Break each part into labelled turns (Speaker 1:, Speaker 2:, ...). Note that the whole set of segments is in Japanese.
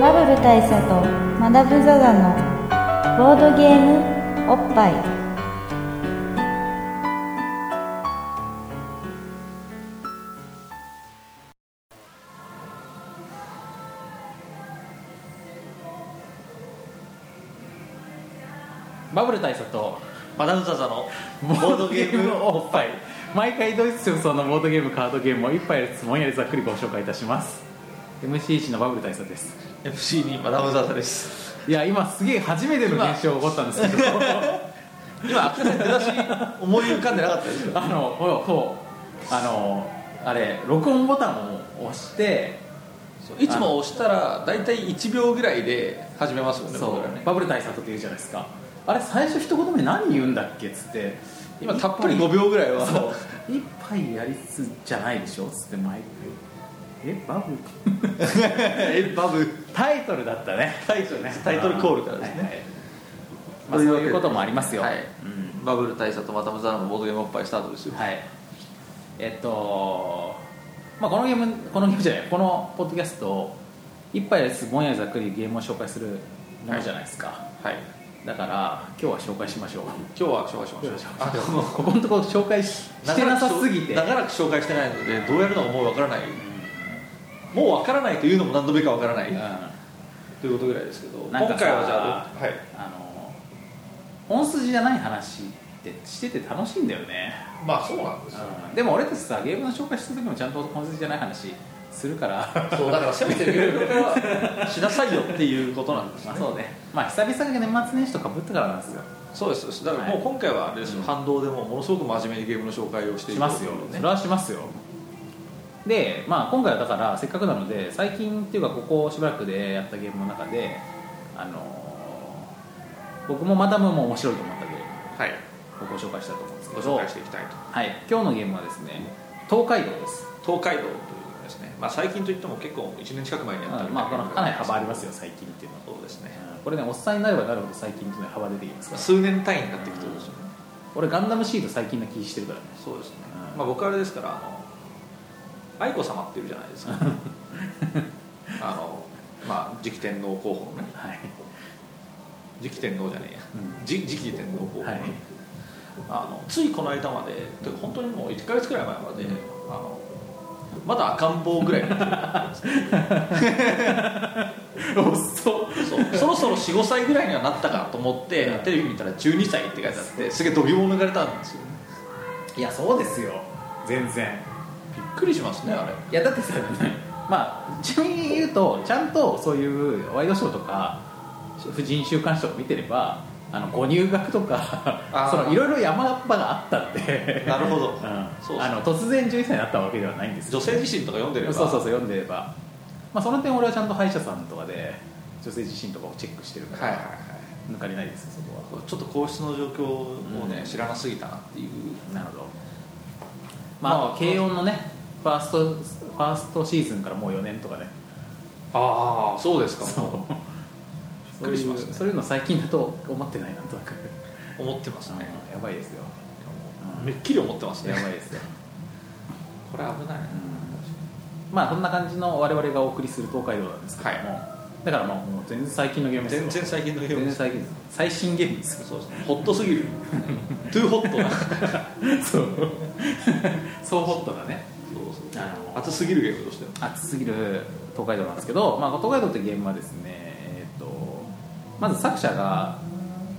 Speaker 1: バブル大佐とマダム・ザ・ザのボードゲームおっぱい
Speaker 2: バブル大佐と
Speaker 3: マダムザザの
Speaker 2: ボードゲームおっぱい毎回ドイツ戦争のボードゲームカードゲームを一杯ずつぼんやりざっくりご紹介いたします MCC のバブル大佐です
Speaker 3: FC にマダムザザです
Speaker 2: いや今すげえ初めての現象が起こったんです けど
Speaker 3: 今明らかに出だし思い浮かんでなかったですよ
Speaker 2: あのほうほうあのあれ録音ボタンを押して
Speaker 3: いつも押したら大体1秒ぐらいで始めますもんね
Speaker 2: そ
Speaker 3: 僕ら
Speaker 2: う
Speaker 3: ね
Speaker 2: バブル大佐とって言うじゃないですかあれ最初一言目何言うんだっけっつって
Speaker 3: 今たっぷり5秒ぐらいは
Speaker 2: そう一杯やりつつじゃないでしょっつって毎回えバブル
Speaker 3: えバ ブ
Speaker 2: タイトルだったね
Speaker 3: タイトルねタイトルコールからですね
Speaker 2: はいはいまあ、そういうこともありますよ
Speaker 3: はい
Speaker 2: うん
Speaker 3: バブル大佐とマダムザザのボードゲームおっぱいスタートですよ
Speaker 2: はいえっとまあこのゲームこのゲームじゃないこのポッドキャストを一杯ですぼんやりざっくりゲームを紹介するものじゃないですか、
Speaker 3: はい
Speaker 2: だから今日は紹介しましょう
Speaker 3: 今日は紹介しましょうあでも
Speaker 2: ここのところ紹介し してなさすぎ て
Speaker 3: 長らく紹介してないのでどうやるのかもうわからないもうわからないというのも何度目かわからない
Speaker 2: うん
Speaker 3: ということぐらいですけど今
Speaker 2: なん
Speaker 3: 回
Speaker 2: か
Speaker 3: は
Speaker 2: さ
Speaker 3: じゃあはい
Speaker 2: あの本筋じゃない話ってしてて楽しいんだよね
Speaker 3: まあそうなんですよ
Speaker 2: うんでも俺たちさゲームの紹介した時もちゃんと本筋じゃない話するから
Speaker 3: そうだからせめてゲームは しなさいよっていうことなんですね
Speaker 2: まあそうねまあ久々が年末年始とかぶったからなんですよ
Speaker 3: そうですそうですだからもう今回はあれですよ、反動でもものすごく真面目にゲームの紹介をしてい
Speaker 2: し
Speaker 3: こう
Speaker 2: ますよ
Speaker 3: というね
Speaker 2: それはしますよで、まあ、今回はだからせっかくなので最近っていうかここしばらくでやったゲームの中であのー僕もマダムも面白いと思ったゲーム
Speaker 3: はい
Speaker 2: をご紹介したいと思うんですけ
Speaker 3: ご
Speaker 2: ど
Speaker 3: 紹介していきたいと
Speaker 2: はい、今日のゲームはですね東海道です、
Speaker 3: 東海道というのですね、まあ、最近といっても結構1年近く前にやった
Speaker 2: うんまあ、このかなり幅ありますすよ最近っていうのは
Speaker 3: そうですね
Speaker 2: うんこれねおっさんになればなるほど最近っていうのは幅出てきますから
Speaker 3: 数年単位になっていくということですよね
Speaker 2: 俺ガンダムシード最近の気してるからね
Speaker 3: そうですね、
Speaker 2: う
Speaker 3: ま
Speaker 2: ん
Speaker 3: あ、僕あれですからあの愛子様っていうじゃないです かあのまあ次期天皇候補のね
Speaker 2: はい、
Speaker 3: 次期天皇じゃねえや、
Speaker 2: うん
Speaker 3: 次次期天皇候補、
Speaker 2: はい
Speaker 3: あのついこの間までてか本当にもう1か月くらい前まで、あのまだ赤ん坊ぐらいの時だったんですけど そうそろそろ45歳ぐらいにはなったかと思って、
Speaker 2: うん
Speaker 3: テレビ見たら12歳って書いてあってすげえ度肝を抜かれたんですよね
Speaker 2: いやそうですよ全然
Speaker 3: びっくりしますねあれ
Speaker 2: いやだってさまあちなみに言うとちゃんとそういうワイドショーとか婦人週刊誌とか見てればあのご入学とか
Speaker 3: あー
Speaker 2: そのいろいろ山場があったんで
Speaker 3: なる ほど
Speaker 2: うん
Speaker 3: そうそう
Speaker 2: あの突然11歳になったわけではないんですよ
Speaker 3: 女性自身とか読んでれば
Speaker 2: そうそうそう読んでれば、まあ、その点俺はちゃんと歯医者さんとかで女性自身とかをチェックしてるから、
Speaker 3: はいはいはい
Speaker 2: 抜かりないですよそこは
Speaker 3: ちょっと皇室の状況をね、
Speaker 2: うん
Speaker 3: 知らなすぎたなっていう
Speaker 2: なるほどまあ、
Speaker 3: まあ
Speaker 2: 軽音のねファーストファーストシーズンからもう4年とかね
Speaker 3: ああそうですか
Speaker 2: そう
Speaker 3: びっくりしますね
Speaker 2: そういうそういうの最近だと思ってないなんとなく、
Speaker 3: 思ってますね、
Speaker 2: やばいですようん
Speaker 3: めっきり思ってますね
Speaker 2: やばいですよ、
Speaker 3: これ危ないな
Speaker 2: まあそんな感じの我々がお送りする東海道なんですけども、だからまあもう全然最近のゲームですよ
Speaker 3: 全然最近のゲー
Speaker 2: 全
Speaker 3: ム
Speaker 2: 然最近です最新ゲームですよ
Speaker 3: そうですねホットすぎる トゥーホットなそう
Speaker 2: そうそうホットだね
Speaker 3: そう
Speaker 2: あの
Speaker 3: 熱すぎるゲームとしては
Speaker 2: 熱すぎる東海道なんですけど、まあ、東海道ってゲームはですね、えー、とまず作者が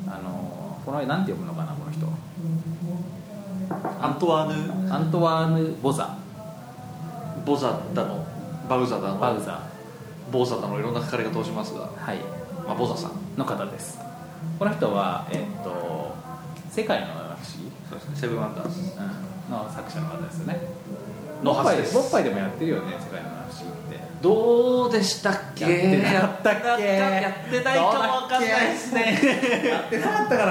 Speaker 2: あのこの何て読むのかなこの人
Speaker 3: アントワーヌ・
Speaker 2: アントワーヌ・ボザ
Speaker 3: ボザだのバウザだ
Speaker 2: バウ
Speaker 3: の
Speaker 2: ザ
Speaker 3: ボーザだのいろんな書かれ方をしますが、
Speaker 2: はい
Speaker 3: まあ、ボザさん
Speaker 2: の方ですこの人は、えー、と世界の七不思
Speaker 3: そうですねセブンワンダーズ
Speaker 2: 議、うんの作者の方ですよね
Speaker 3: の
Speaker 2: ボッ
Speaker 3: はず
Speaker 2: パイ
Speaker 3: です
Speaker 2: ボッパイでもやってるよね世界の七不思議って
Speaker 3: どうでしたっけ
Speaker 2: やってなかったっけ
Speaker 3: やってないかもわかんないですね
Speaker 2: やってなかったか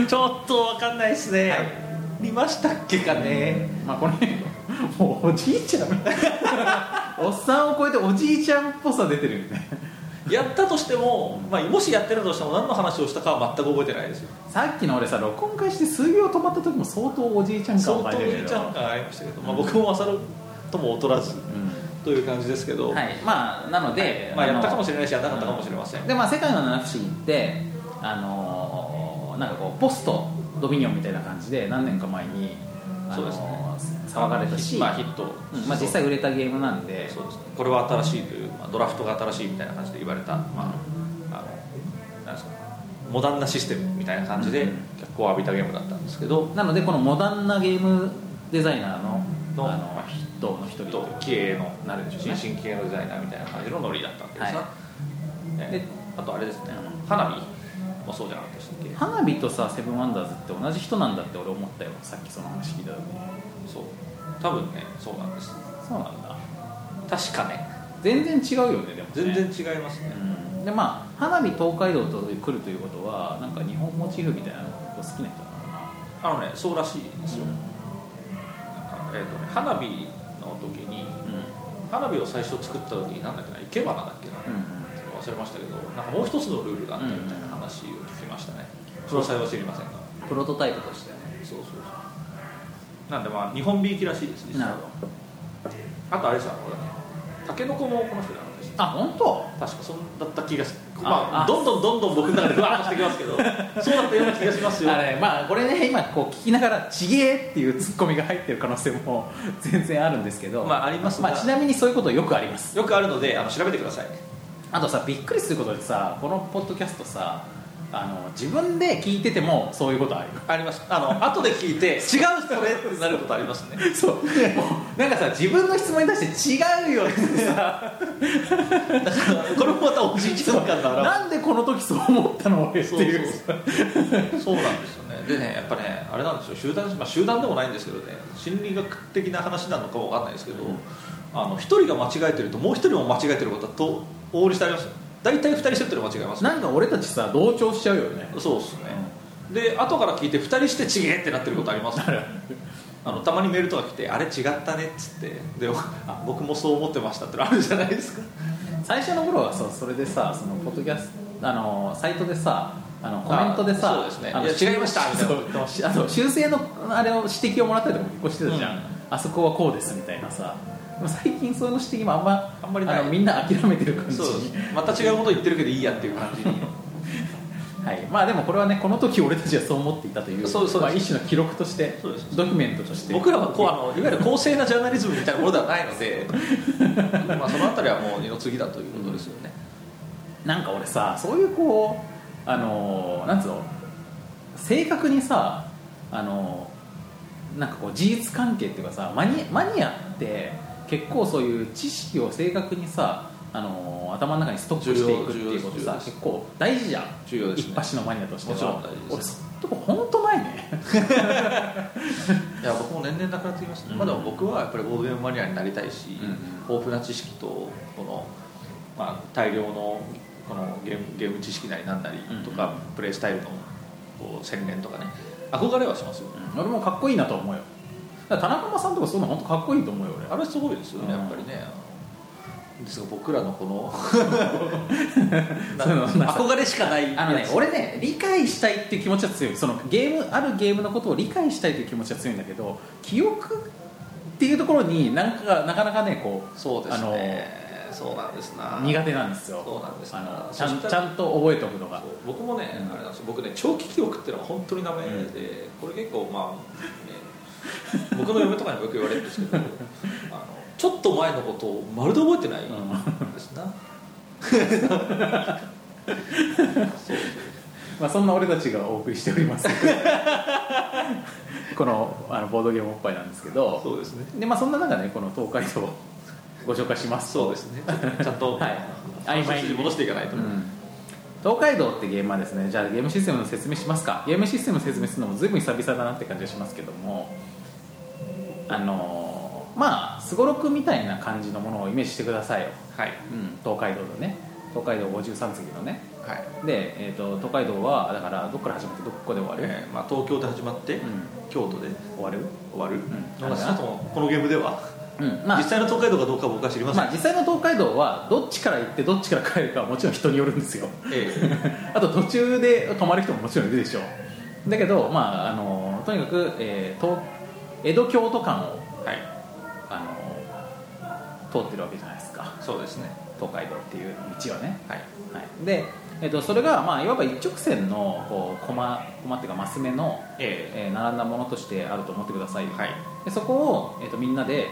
Speaker 2: な
Speaker 3: ちょっとわかんないですね、
Speaker 2: はい
Speaker 3: 見ましたっけかね
Speaker 2: まあこの辺もうおじいちゃんみたいなおっさんを超えておじいちゃんっぽさ出てるよね
Speaker 3: やったとしても、まあ、もしやってるとしても何の話をしたかは全く覚えてないですよ
Speaker 2: さっきの俺さ録音開始で数秒止まった時も相当おじいちゃん感
Speaker 3: 相
Speaker 2: を
Speaker 3: 当
Speaker 2: 感
Speaker 3: お
Speaker 2: じる
Speaker 3: じ
Speaker 2: け
Speaker 3: い
Speaker 2: ど
Speaker 3: ちゃん感ありましたけど、まあ、僕も勝るとも劣らずという感じですけ
Speaker 2: う
Speaker 3: ど、
Speaker 2: んはいまあなので、
Speaker 3: まあ、
Speaker 2: の
Speaker 3: やったかもしれないしやらなかったかもしれません、
Speaker 2: でまあ世界の七不思議ってあのーなんかこうポストドミニオンみたいな感じで何年か前に、あのー
Speaker 3: そうですね
Speaker 2: 騒がれたし、
Speaker 3: まあ、ヒット、
Speaker 2: うんまあ、実際売れたゲームなんで
Speaker 3: そうですねこれは新しいという、まあ、ドラフトが新しいみたいな感じで言われた、まあ、あのなんですかモダンなシステムみたいな感じで
Speaker 2: うん
Speaker 3: 脚光を浴びたゲームだったんですけど、
Speaker 2: なのでこのモダンなゲームデザイナーの
Speaker 3: の
Speaker 2: あの筆頭の一
Speaker 3: ちょ
Speaker 2: 人
Speaker 3: っ
Speaker 2: と
Speaker 3: と気鋭の
Speaker 2: なるでしょうね
Speaker 3: 新進気鋭のデザイナーみたいな感じのノリだったんですが、
Speaker 2: はい
Speaker 3: えー
Speaker 2: で
Speaker 3: あとあれですね花火もそうじゃなかったでしたっけ
Speaker 2: 花火とさセブンワンダーズって同じ人なんだって俺思ったよさっきその話聞いた時
Speaker 3: そう多分ねそうなんです
Speaker 2: そうなんだ
Speaker 3: 確かね
Speaker 2: 全然違うよねでもね
Speaker 3: 全然違いますね
Speaker 2: うんでまあ花火東海道と来るということはなんか日本モチーフみたいなのが好きな人なのかな
Speaker 3: あのねそうらしいですよ、
Speaker 2: うん
Speaker 3: なんかえーとね、花火の時に花火を最初作った時になんだっけな生け花だっけな、
Speaker 2: う
Speaker 3: 忘れましたけどなんかもう一つのルールがあったみたいな話を聞きましたね、詳細は知りませんが
Speaker 2: んプロトタイプとしてね
Speaker 3: そうそうそうなんでまあ日本びいきらしいです実際は
Speaker 2: なるほ
Speaker 3: あとあれさほらねタケノコもこの人じゃなかったでした
Speaker 2: あ本当
Speaker 3: 確かそうだった気がする
Speaker 2: あ
Speaker 3: まあ
Speaker 2: あ
Speaker 3: どんどんどんどん僕の中でぐわーっとしてきますけ どそうだったような気がしますよ
Speaker 2: あれまあこれね今こう聞きながら「ちげえ」っていうツッコミが入ってる可能性も全然あるんですけど
Speaker 3: まあありますが
Speaker 2: まあ、ちなみにそういうことよくあります
Speaker 3: よくあるのであの調べてください
Speaker 2: あとさびっくりすることでさこのポッドキャストさあの自分で聞いててもそういうことある
Speaker 3: ありますあの後で聞いて違うそれってなることありますね
Speaker 2: そうもうなんかさ自分の質問に対して「違うよ」 ってさ
Speaker 3: だから これもまたおじいちゃん感の表れ
Speaker 2: なんでこの時そう思ったの俺っていう
Speaker 3: そうそうなんですよねでねやっぱねあれなんですよ集団、まあ、集団でもないんですけどね心理学的な話なのかもわかんないですけど、
Speaker 2: うん
Speaker 3: あの一人が間違えてるともう一人も間違えてることはと往々にしてありますよ大体二人してるってのは間違えますよ
Speaker 2: なんか俺たちさ同調しちゃうよね
Speaker 3: そうっすね、で後から聞いて二人してちげえってなってることありますよあのたまにメールとか来て「あれ違ったね」っつってであ「僕もそう思ってました」ってのあるじゃないですか
Speaker 2: 最初の頃はさそれでさそのポッドキャスあのサイトでさあのコメントで
Speaker 3: あ
Speaker 2: さ
Speaker 3: そうですね
Speaker 2: あの
Speaker 3: いや違いま したみたいなこと言ってま
Speaker 2: そうあと修正のあれを指摘をもらったりとかも結構してたじゃん、
Speaker 3: うん
Speaker 2: あそこはこうですみたいなさでも最近そういうの指摘もあんま
Speaker 3: あんまりない
Speaker 2: あのみんな諦めてる感じ
Speaker 3: そうですまた違うこと言ってるけどいいやっていう感じに
Speaker 2: はい、まあでもこれはねこの時俺たちはそう思っていたという
Speaker 3: そうそうです
Speaker 2: まあ、一種の記録として
Speaker 3: そうです
Speaker 2: ドキュメントとして
Speaker 3: 僕らはこうあのいわゆる公正なジャーナリズムみたいなものではないの でまあその辺りはもう二の次だということですよね、
Speaker 2: なんか俺さそういうこうあのーなんつうの正確にさあのーなんかこう事実関係っていうかさマニマニアって結構そういう知識を正確にさあのー頭の中にストックしていくっていうこと
Speaker 3: 重要
Speaker 2: さ
Speaker 3: です
Speaker 2: 結構大事じゃん
Speaker 3: 重要ですね
Speaker 2: 一発のマニアとしては
Speaker 3: もちろん大事
Speaker 2: 俺
Speaker 3: です
Speaker 2: そんなとこ本当ないね
Speaker 3: いや僕も年々なくなってきましたね、
Speaker 2: うん
Speaker 3: まあでも僕はやっぱりボードゲームマニアになりたいし、
Speaker 2: うん
Speaker 3: 豊富な知識とこの、まあ、大量のこのゲームゲーム知識なりなんなりとか、プレイスタイルのこう洗練とかね憧れはしますよね
Speaker 2: うん俺もかっこいいなとは思うよだから田中間さんとかそういうの本当かっこいいと思うよ
Speaker 3: あ
Speaker 2: 俺
Speaker 3: れすごいですよね、
Speaker 2: うん
Speaker 3: やっぱりねあのですが僕らのこの
Speaker 2: そういうのな
Speaker 3: 憧れしかない
Speaker 2: あのね
Speaker 3: や、つ
Speaker 2: 俺ね理解したいっていう気持ちは強いそのゲームあるゲームのことを理解したいという気持ちは強いんだけど記憶っていうところになんかなかなかねこう
Speaker 3: そうですね、そうなんですな
Speaker 2: 苦手なんですよ
Speaker 3: そうなんですね
Speaker 2: あのちゃん
Speaker 3: そした
Speaker 2: ち
Speaker 3: ら
Speaker 2: ゃんと覚えておくのが
Speaker 3: そう僕もね、
Speaker 2: うん
Speaker 3: あれなんですよ僕ね長期記憶っていうのは本当にダメで、
Speaker 2: うん
Speaker 3: これ結構まあ、ね僕の嫁とかにもよく言われるんですけどあ のちょっと前のことをまるで覚えてないんですな、そう
Speaker 2: まあ、そんな俺たちがお送りしております このあのボードゲームおっぱいなんですけど
Speaker 3: そうですね
Speaker 2: で、まあ、そんな中ねこの東海道をご紹介しますと
Speaker 3: そうですねちょっとちゃんと、
Speaker 2: はい曖昧に
Speaker 3: に戻していかないと、
Speaker 2: うん東海道ってゲームはですねじゃあゲームシステムの説明しますかゲームシステムの説明するのも随分久々だなって感じがしますけどもあのーまあすごろくみたいな感じのものをイメージしてくださいよ、
Speaker 3: はい
Speaker 2: うん、東海道のね東海道53次のね
Speaker 3: はい、
Speaker 2: で、えー、と東海道はだからどっから始まってどこで終わる、
Speaker 3: えーまあ、東京で始まって、
Speaker 2: うん
Speaker 3: 京都で
Speaker 2: 終わる
Speaker 3: 終わる、
Speaker 2: ん
Speaker 3: のが少なくともこのゲームでは
Speaker 2: うんまあ
Speaker 3: 実際の東海道かどうかは僕は知りません、
Speaker 2: まあ、実際の東海道はどっちから行ってどっちから帰るかはもちろん人によるんですよ
Speaker 3: ええ
Speaker 2: あと途中で泊まる人ももちろんいるでしょうだけど、まあ、あのとにかく、えーと江戸京都間を
Speaker 3: はい
Speaker 2: あの通ってるわけじゃないですか
Speaker 3: そうですね
Speaker 2: 東海道っていう道はね
Speaker 3: はい
Speaker 2: はい、で、えっとそれが、まあ、いわば一直線のこうコマコマっていうかマス目の、
Speaker 3: え
Speaker 2: えー並んだものとしてあると思ってください、
Speaker 3: えはい
Speaker 2: でそこを、えっとみんなで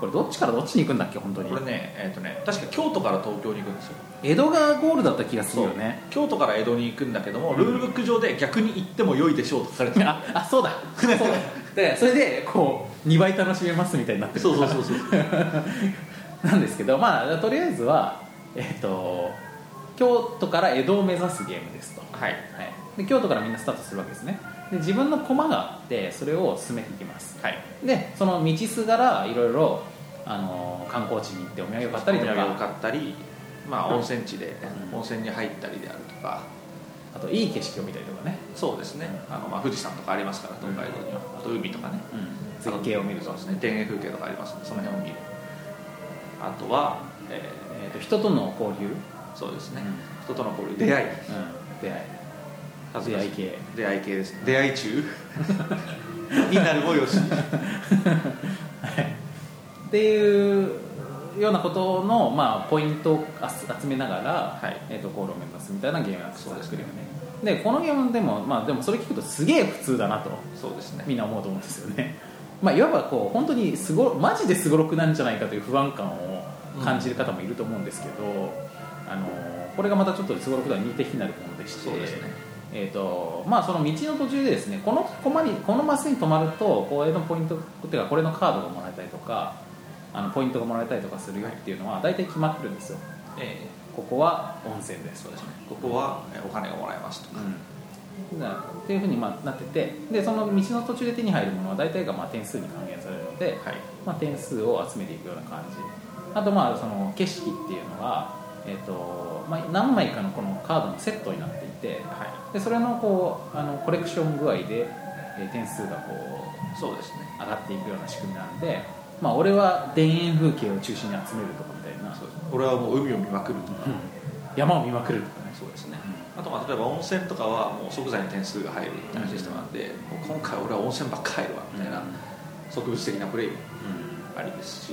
Speaker 2: これどっちからどっちに行くんだっけ本当に
Speaker 3: これねえっ、とね確か京都から東京に行くんですよ
Speaker 2: 江戸がゴールだった気がするよね
Speaker 3: 京都から江戸に行くんだけどもルールブック上で逆に行っても良いでしょうと書かれてる
Speaker 2: ああそうだそうだでそれでこう2倍楽しめますみたいになってる
Speaker 3: そうそうそう そう
Speaker 2: なんですけどまあとりあえずはえっ、と京都から江戸を目指すゲームですと
Speaker 3: はい
Speaker 2: はい、で京都からみんなスタートするわけですねで自分の駒があってそれを進めていきます
Speaker 3: はい
Speaker 2: でその道すがらいろいろあの観光地に行ってお土産を買ったりと
Speaker 3: お土産を
Speaker 2: か
Speaker 3: 買ったりまあ温泉地で
Speaker 2: うん
Speaker 3: 温泉に入ったりであるとか
Speaker 2: あといい景色を見たりとかね、
Speaker 3: そうですねあの、まあ、富士山とかありますから東海道にはあと海とかね
Speaker 2: うん、絶景を見る
Speaker 3: そ
Speaker 2: と
Speaker 3: うですね田園風景とかありますんでその辺を見るあとは、え
Speaker 2: えーと人との交流、うん、
Speaker 3: ーそうですね、
Speaker 2: う
Speaker 3: 人との交流出会い
Speaker 2: 出会い
Speaker 3: 恥ず
Speaker 2: 出
Speaker 3: かし
Speaker 2: 会
Speaker 3: い
Speaker 2: い系
Speaker 3: 出会い系ですね出会い中になるもよし
Speaker 2: っていうようなことの、まあ、ポイントをあす集めながら、
Speaker 3: はい
Speaker 2: えー、とゴールを目指すみたいなゲームなんです
Speaker 3: そうですね
Speaker 2: ざっくりはねでこのゲームでも、まあ、でもそれ聞くとすげえ普通だなと
Speaker 3: そうですね
Speaker 2: みんな思うと思うんですよね、まあ、いわばこう本当にすごマジですごろくなんじゃないかという不安感を感じる方もいると思うんですけど、あのこれがまたちょっとすごろくとは似て非なるものでして
Speaker 3: そうですね
Speaker 2: えーとまあ、その道の途中でですねこのコマにこのマスに止まるとこれのポイントっていうかこれのカードがもらえたりとかあのポイントがもらえたりとかするよっていうのは大体決まってるんですよ
Speaker 3: ええ
Speaker 2: ここは温泉です
Speaker 3: そうですねここはえーお金がもらえますとか、
Speaker 2: なっていうふうにまあなっててでその道の途中で手に入るものは大体がまあ点数に還元されるので、
Speaker 3: はい
Speaker 2: まあ、点数を集めていくような感じあとまあその景色っていうのが、えーとまあ、何枚かのこのカードのセットになっていて
Speaker 3: は
Speaker 2: でそれのこうあのコレクション具合で、えー点数がこう
Speaker 3: いそうですね
Speaker 2: 上がっていくような仕組みなんで、まあ、俺は田園風景を中心に集めるとかみたいな
Speaker 3: そうですね俺はもう海を見まくるとか、
Speaker 2: うん山を見まくるとかね
Speaker 3: そうですね、あとまあ例えば温泉とかはもう即座に点数が入るみたいなシステムなんで、もう今回俺は温泉ばっかりだわみたいな、植物的なプレイもありですし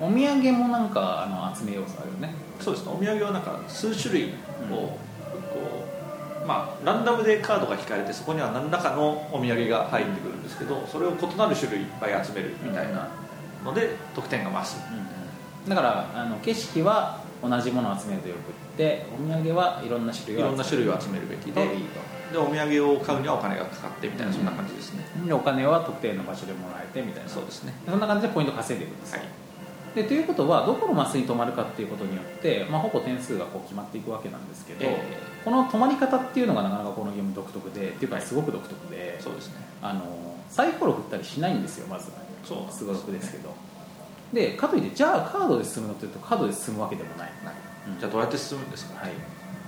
Speaker 2: お土産もなんかあの集め要素あるよね
Speaker 3: そうですねお土産はなんか数種類をこう、まあランダムでカードが引かれてそこには何らかのお土産が入ってくるんですけどそれを異なる種類いっぱい集めるみたいなので得点が増す
Speaker 2: だからあの景色は同じものを集めるとよくってお土産はいろんな種
Speaker 3: い
Speaker 2: 類を
Speaker 3: ろんな種類を集めるべきで
Speaker 2: でいいと
Speaker 3: でお土産を買うにはお金がかかってみたいなそんな感じですね、
Speaker 2: でお金は特定の場所でもらえてみたいな
Speaker 3: そうですね
Speaker 2: そんな感じでポイント稼いでいくんです
Speaker 3: は
Speaker 2: よ、
Speaker 3: い
Speaker 2: でということはどこのマスに止まるかっていうことによって、まあ、ほぼ点数がこう決まっていくわけなんですけど、
Speaker 3: え
Speaker 2: この止まり方っていうのがなかなかこのゲーム独特でっていうかすごく独特で、
Speaker 3: そうですね
Speaker 2: あのサイコロ振ったりしないんですよまず
Speaker 3: そうなんです
Speaker 2: すごろくですけどでかといってじゃあカードで進むのっていうとカードで進むわけでもない、うん
Speaker 3: じゃあどうやって進むんですか、
Speaker 2: はい、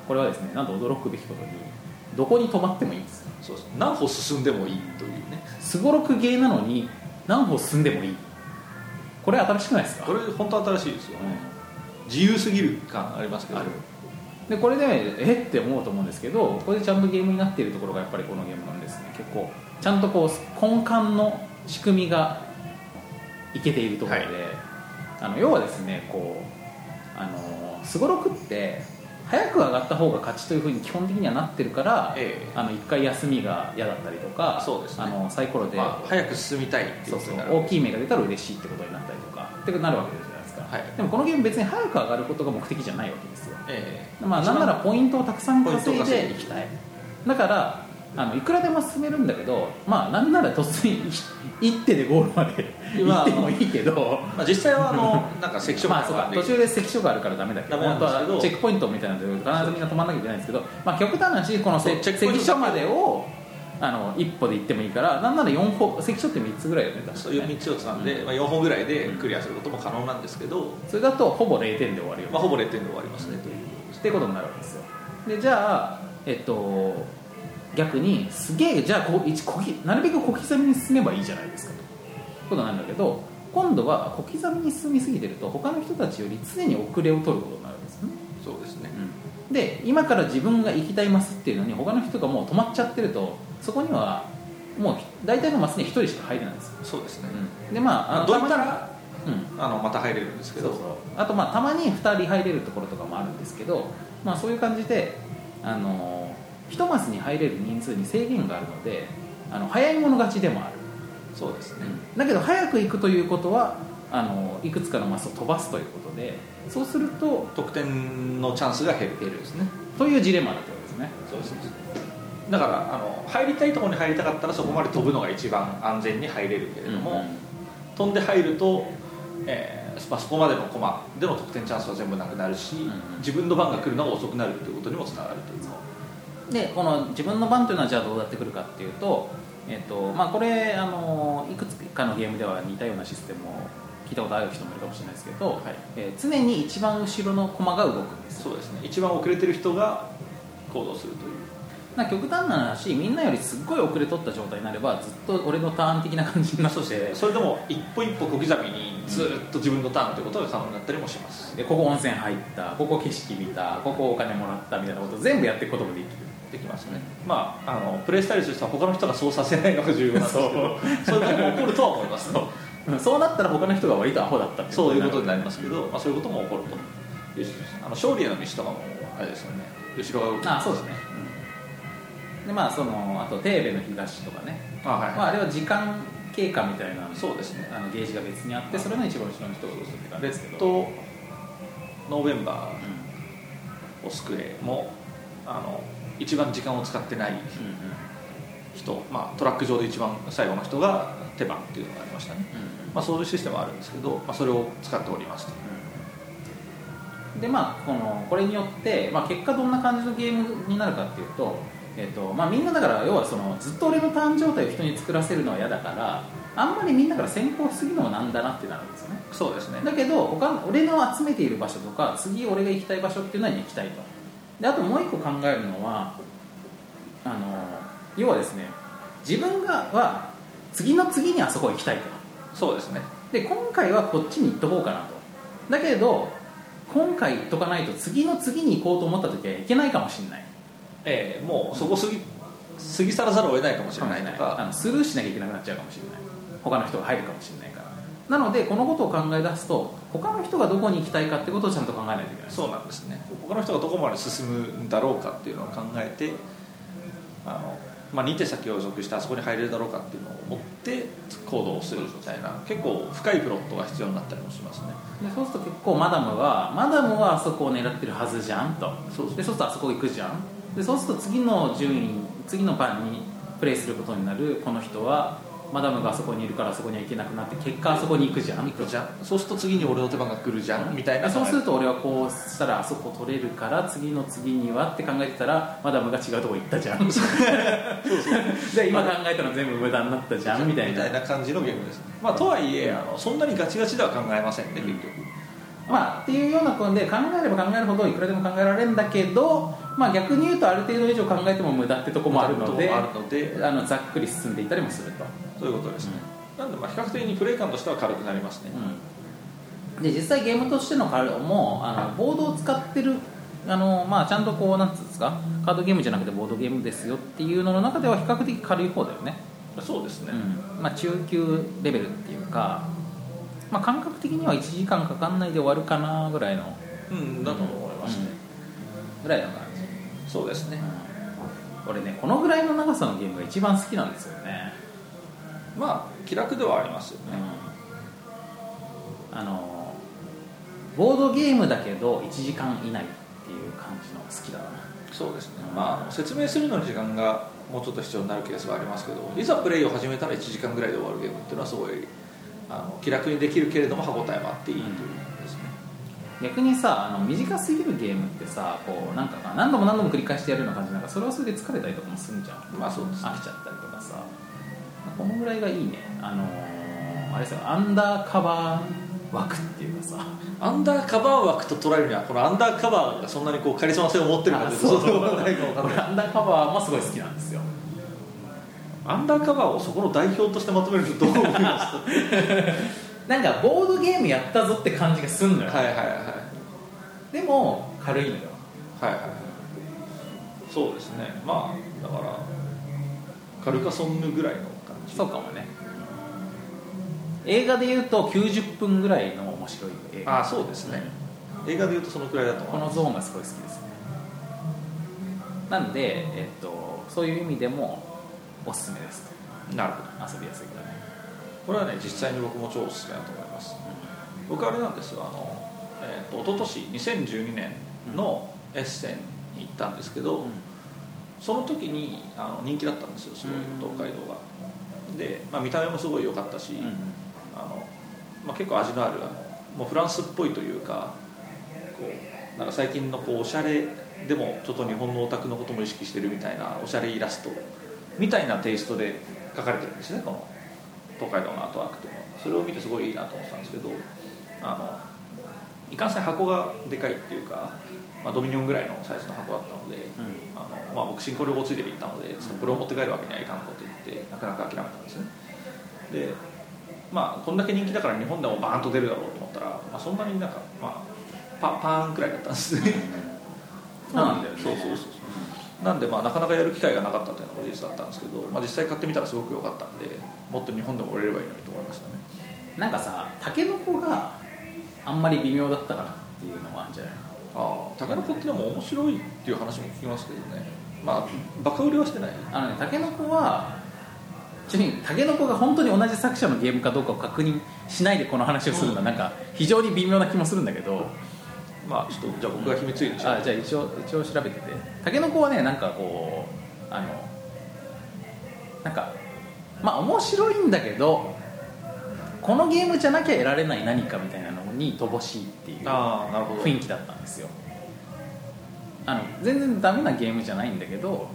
Speaker 2: これはですねなんと驚くべきことにどこに止まってもいいんですよ
Speaker 3: そうそう何歩進んでもいいというね
Speaker 2: すごろくゲーなのに何歩進んでもいいこれ新しくないですか
Speaker 3: これ本当新しいですよね、自由すぎる感ありますけど
Speaker 2: あるでこれでえって思うと思うんですけどこれでちゃんとゲームになっているところがやっぱりこのゲームなんですね結構ちゃんとこう根幹の仕組みがいけているところで、
Speaker 3: はい
Speaker 2: あの要はですねこうあのすごろくって早く上がった方が勝ちというふうに基本的にはなってるから、
Speaker 3: ええ
Speaker 2: あの一回休みが嫌だったりとか
Speaker 3: そうですね
Speaker 2: あのサイコロで、
Speaker 3: まあ、早く進みたいってい
Speaker 2: そうう
Speaker 3: こと
Speaker 2: そう
Speaker 3: になる
Speaker 2: 大きい目が出たら嬉しいってことになったりとかってなるわけじゃないですか、
Speaker 3: はい
Speaker 2: でもこのゲーム別に早く上がることが目的じゃないわけですよ
Speaker 3: ええ
Speaker 2: まあ、なんならポイントをたくさん稼い
Speaker 3: ポイントを稼い
Speaker 2: で
Speaker 3: で
Speaker 2: い
Speaker 3: い
Speaker 2: き
Speaker 3: き
Speaker 2: た
Speaker 3: た
Speaker 2: いだからあのいくらでも進めるんだけど、まあ、なんなら突然一手でゴールまで
Speaker 3: ま
Speaker 2: 行っ
Speaker 3: あ
Speaker 2: てもいいけど
Speaker 3: まあ、実際はあ のなんか関所
Speaker 2: まあそうか途中で関所があるからダメだけど
Speaker 3: ダメな
Speaker 2: 本
Speaker 3: ん
Speaker 2: 当
Speaker 3: ですけど
Speaker 2: はチェックポイントみたいなので必ずみんな止まんなきゃいけないんですけど、まあ、極端な話この
Speaker 3: そう
Speaker 2: せ
Speaker 3: チェックポイン
Speaker 2: 関
Speaker 3: ト
Speaker 2: 所までをあの一歩で行ってもいいからなんなら4歩関所って3つぐらいだよね確か
Speaker 3: そういう
Speaker 2: ね
Speaker 3: 3つをつなんで、まあ、4本ぐらいでクリアすることも可能なんですけど、
Speaker 2: それだとほぼ0点で終わるよね
Speaker 3: まあ、ほぼ0点で終わりますねという
Speaker 2: ってことになるわけですよでじゃあえっと逆にすげえじゃあこう一小刻なるべく小刻みに進めばいいじゃないですかということになるんだけど今度は小刻みに進みすぎてると他の人たちより常に遅れを取ることになるんですよね、
Speaker 3: そうですね
Speaker 2: うんで今から自分が行きたいマスっていうのに他の人がもう止まっちゃってるとそこにはもう大体のマスに1人しか入れないんですよ、
Speaker 3: そうですね、
Speaker 2: うんでまあ
Speaker 3: ま
Speaker 2: あ
Speaker 3: あ
Speaker 2: の
Speaker 3: どうやった
Speaker 2: たま
Speaker 3: ら
Speaker 2: にうん、
Speaker 3: あのまた入れるんですけ
Speaker 2: そ
Speaker 3: ど
Speaker 2: うそうあとまあたまに2人入れるところとかもあるんですけど、まあ、そういう感じで、あの1マスに入れる人数に制限があるのであの早い者勝ちでもある、
Speaker 3: そうですね、
Speaker 2: だけど早く行くということはあのいくつかのマスを飛ばすということでそうすると
Speaker 3: 得点のチャンスが減る
Speaker 2: 減るんですねというジレンマだったわけですね
Speaker 3: そうですねだからあの入りたいところに入りたかったらそこまで飛ぶのが一番安全に入れるけれども、飛んで入ると、えーまあ、そこまでのコマでの得点チャンスは全部なくなるし、
Speaker 2: うん
Speaker 3: 自分の番が来るのが遅くなるということにもつながるという
Speaker 2: でこの自分の番というのはじゃあどうやってくるかっていうと,、えっとまあ、これあのいくつかのゲームでは似たようなシステムを聞いたことある人もいるかもしれないですけど、
Speaker 3: はい
Speaker 2: えー常に一番後ろの駒が動くんです
Speaker 3: そうですね一番遅れてる人が行動するという
Speaker 2: な極端な話みんなよりすっごい遅れとった状態になればずっと俺のターン的な感じになって
Speaker 3: それでも一歩一歩小刻みにずっと自分のターンということが可能になったりもします
Speaker 2: でここ温泉入ったここ景色見たここお金もらったみたいなこと全部やっていくこともできる
Speaker 3: できますねまああのプレイスタイルとしては他の人がそうさせないのが重要なんですけどそういうことも起こるとは思います
Speaker 2: うんそうなったら他の人が割とアホだったって
Speaker 3: そういうこ
Speaker 2: る
Speaker 3: とになりますけど、まあ、そういうことも起こるというあの勝利への道とかもあれですよね後ろが動く
Speaker 2: あそうですね、でまあそのあとテーベの東とかね、
Speaker 3: あはい、
Speaker 2: まあ、あれは時間経過みたいな
Speaker 3: そうですね
Speaker 2: あのゲージが別にあってそれの一番後ろの人がどうするって感じ
Speaker 3: レ
Speaker 2: ですけ
Speaker 3: ッ
Speaker 2: ど、
Speaker 3: ドノーベンバ
Speaker 2: うん
Speaker 3: ーオスクエもあの一番時間を使ってない
Speaker 2: うんうん
Speaker 3: 人、まあ、トラック上で一番最後の人が手番っていうのがありましたね、
Speaker 2: うん
Speaker 3: まあ、そういうシステムはあるんですけど、まあ、それを使っておりますと
Speaker 2: でまあこのこれによって、まあ、結果どんな感じのゲームになるかっていうと,、えっとまあ、みんなだから要はそのずっと俺のターン状態を人に作らせるのは嫌だからあんまりみんなから先行しすぎるのもなんだなってなるんですよね
Speaker 3: そうですね
Speaker 2: だけど他の俺の集めている場所とか次俺が行きたい場所っていうのは行きたいとであともう一個考えるのはあの要はですね自分がは次の次にあそこ行きたいと
Speaker 3: そうですね
Speaker 2: で今回はこっちに行っとこうかなとだけど今回行っとかないと次の次に行こうと思った時は行けないかもしれない
Speaker 3: ええもうそこ過ぎ、過ぎ去らざるを得ないかもしれないと
Speaker 2: あ
Speaker 3: か、
Speaker 2: のスルーしなきゃいけなくなっちゃうかもしれない他の人が入るかもしれないからなのでこのことを考え出すと他の人がどこに行きたいかってことをちゃんと考えないといけない
Speaker 3: そうなんですね他の人がどこまで進むんだろうかっていうのを考えてあの、まあ、2手先を予測してあそこに入れるだろうかっていうのを思って行動をするみたいな結構深いプロットが必要になったりもしますね
Speaker 2: でそうすると結構マダムはマダムはあそこを狙ってるはずじゃんと
Speaker 3: そうそう
Speaker 2: でそうするとあそこ行くじゃんでそうすると次の順位次の番にプレイすることになるこの人はマダムがあそこにいるからあそこには行けなくなって結果あそこに行くじゃん行
Speaker 3: じゃあそうすると次に俺の手番が来るじゃんみたいな
Speaker 2: そうすると俺はこうしたらあそこ取れるから次の次にはって考えてたらマダムが違うとこ行ったじゃん で今考えたの全部無駄になったじゃんみたい
Speaker 3: み
Speaker 2: な
Speaker 3: たいな感じのゲームです、まあ、とはいえあのそんなにガチガチでは考えませんね結局、
Speaker 2: まあ、っていうようなことで考えれば考えるほどいくらでも考えられるんだけど、まあ、逆に言うとある程度以上考えても無駄ってとこもあるので
Speaker 3: あるので
Speaker 2: あのざっくり進んでいったりもすると、
Speaker 3: そういうことですね、なんでまあ比較的にプレイ感としては軽くなりますね、
Speaker 2: うんで実際ゲームとしてのカードもあのボードを使ってるあの、まあ、ちゃんとこうなんつうんですかカードゲームじゃなくてボードゲームですよっていうのの中では比較的軽い方だよね、
Speaker 3: そうですね、
Speaker 2: うんまあ、中級レベルっていうか、まあ、感覚的には1時間かかんないで終わるかなぐらいの
Speaker 3: うん、だと思いましたね、
Speaker 2: ぐらいの感じ
Speaker 3: そうですね、
Speaker 2: 俺ねこのぐらいの長さのゲームが一番好きなんですよね、
Speaker 3: まあ気楽ではありますよね、
Speaker 2: あのボードゲームだけど1時間以内っていう感じの好きだな
Speaker 3: そうですね
Speaker 2: うん
Speaker 3: まあ説明するのに時間がもうちょっと必要になるケースはありますけどいざプレイを始めたら1時間ぐらいで終わるゲームっていうのはすごいあの気楽にできるけれども歯応えもあっていいということですね、
Speaker 2: 逆にさあの短すぎるゲームってさこうなんかまあ何度も何度も繰り返してやるような感じなんかそれはそれで疲れたりとかもするじゃん
Speaker 3: まあそうですね
Speaker 2: 飽きちゃったりとかさこのぐらいがいいねあのあれさアンダーカバー枠っていうかさ
Speaker 3: アンダーカバー枠と捉えるにはこのアンダーカバーがそんなにこうカリスマ性を持ってるか
Speaker 2: あ
Speaker 3: というと
Speaker 2: そう
Speaker 3: そうでもないかもわかんない
Speaker 2: 俺アンダーカバーもすごい好きなんですよ
Speaker 3: アンダーカバーをそこの代表としてまとめるとどう思いますか
Speaker 2: なんかボードゲームやったぞって感じがすんのよ、
Speaker 3: はいはいはい
Speaker 2: でも軽いのよ
Speaker 3: はいはいそうですねまあだからカルカソンヌぐらいの感じ
Speaker 2: そうかもね映画でいうと90分ぐらいの面白い映画
Speaker 3: ああそうですね映画でいうとそのくらいだと思
Speaker 2: こ
Speaker 3: いま
Speaker 2: のゾーンがすごい好きですねなので、えっと、そういう意味でもおすすめですと
Speaker 3: すなるほど
Speaker 2: 遊びやすいからね
Speaker 3: これはね実際に僕も超おすすめだと思います僕あれなんですよあの、えー、と一昨年2012年のエッセンに行ったんですけど、その時にあの人気だったんですよすごい
Speaker 2: うん
Speaker 3: 東海道がで、まあ、見た目もすごい良かったし、あのまあ、結構味のあるあのもうフランスっぽいというかこうなんか最近のこうおしゃれでもちょっと日本のオタクのことも意識してるみたいなおしゃれイラストみたいなテイストで描かれてるんですねこの東海道のアートワークっていうのはそれを見てすごいいいなと思ってたんですけどあのいかんせん箱がでかいっていうか、まあ、ドミニオンぐらいのサイズの箱だったので、
Speaker 2: ん
Speaker 3: あのまあ、僕新婚旅行ついでに行ったのでちょっとこれを持って帰るわけにはいかんこと言ってなかなか諦めたんですねでまあこんだけ人気だから日本でもバーンと出るだろうと思ったら、まあ、そんなになんか、まあ、パパーンくらいだったんですね
Speaker 2: そうなんだよね
Speaker 3: そうそうそうそうなんでまあなかなかやる機会がなかったというのが事実だったんですけど、まあ、実際買ってみたらすごく良かったんでもっと日本でも売れればいいのにと思いましたね
Speaker 2: なんかさタケノコがあんまり微妙だったからっていうのもあるんじゃない
Speaker 3: ああタケノコってでも面白いっていう話も聞きますけどねまあバカ売りはしてない
Speaker 2: あのねタケノコはちなみにタケノコが本当に同じ作者のゲームかどうかを確認しないでこの話をするのはなんか非常に微妙な気もするんだけど
Speaker 3: まあちょっとじゃあ僕が秘密裏にしよう
Speaker 2: あじゃあ一応一応調べててタケノコはねなんかこうあのなんかまあ面白いんだけどこのゲームじゃなきゃ得られない何かみたいなのに乏しいっていう
Speaker 3: ああなるほど
Speaker 2: 雰囲気だったんですよあの全然ダメなゲームじゃないんだけど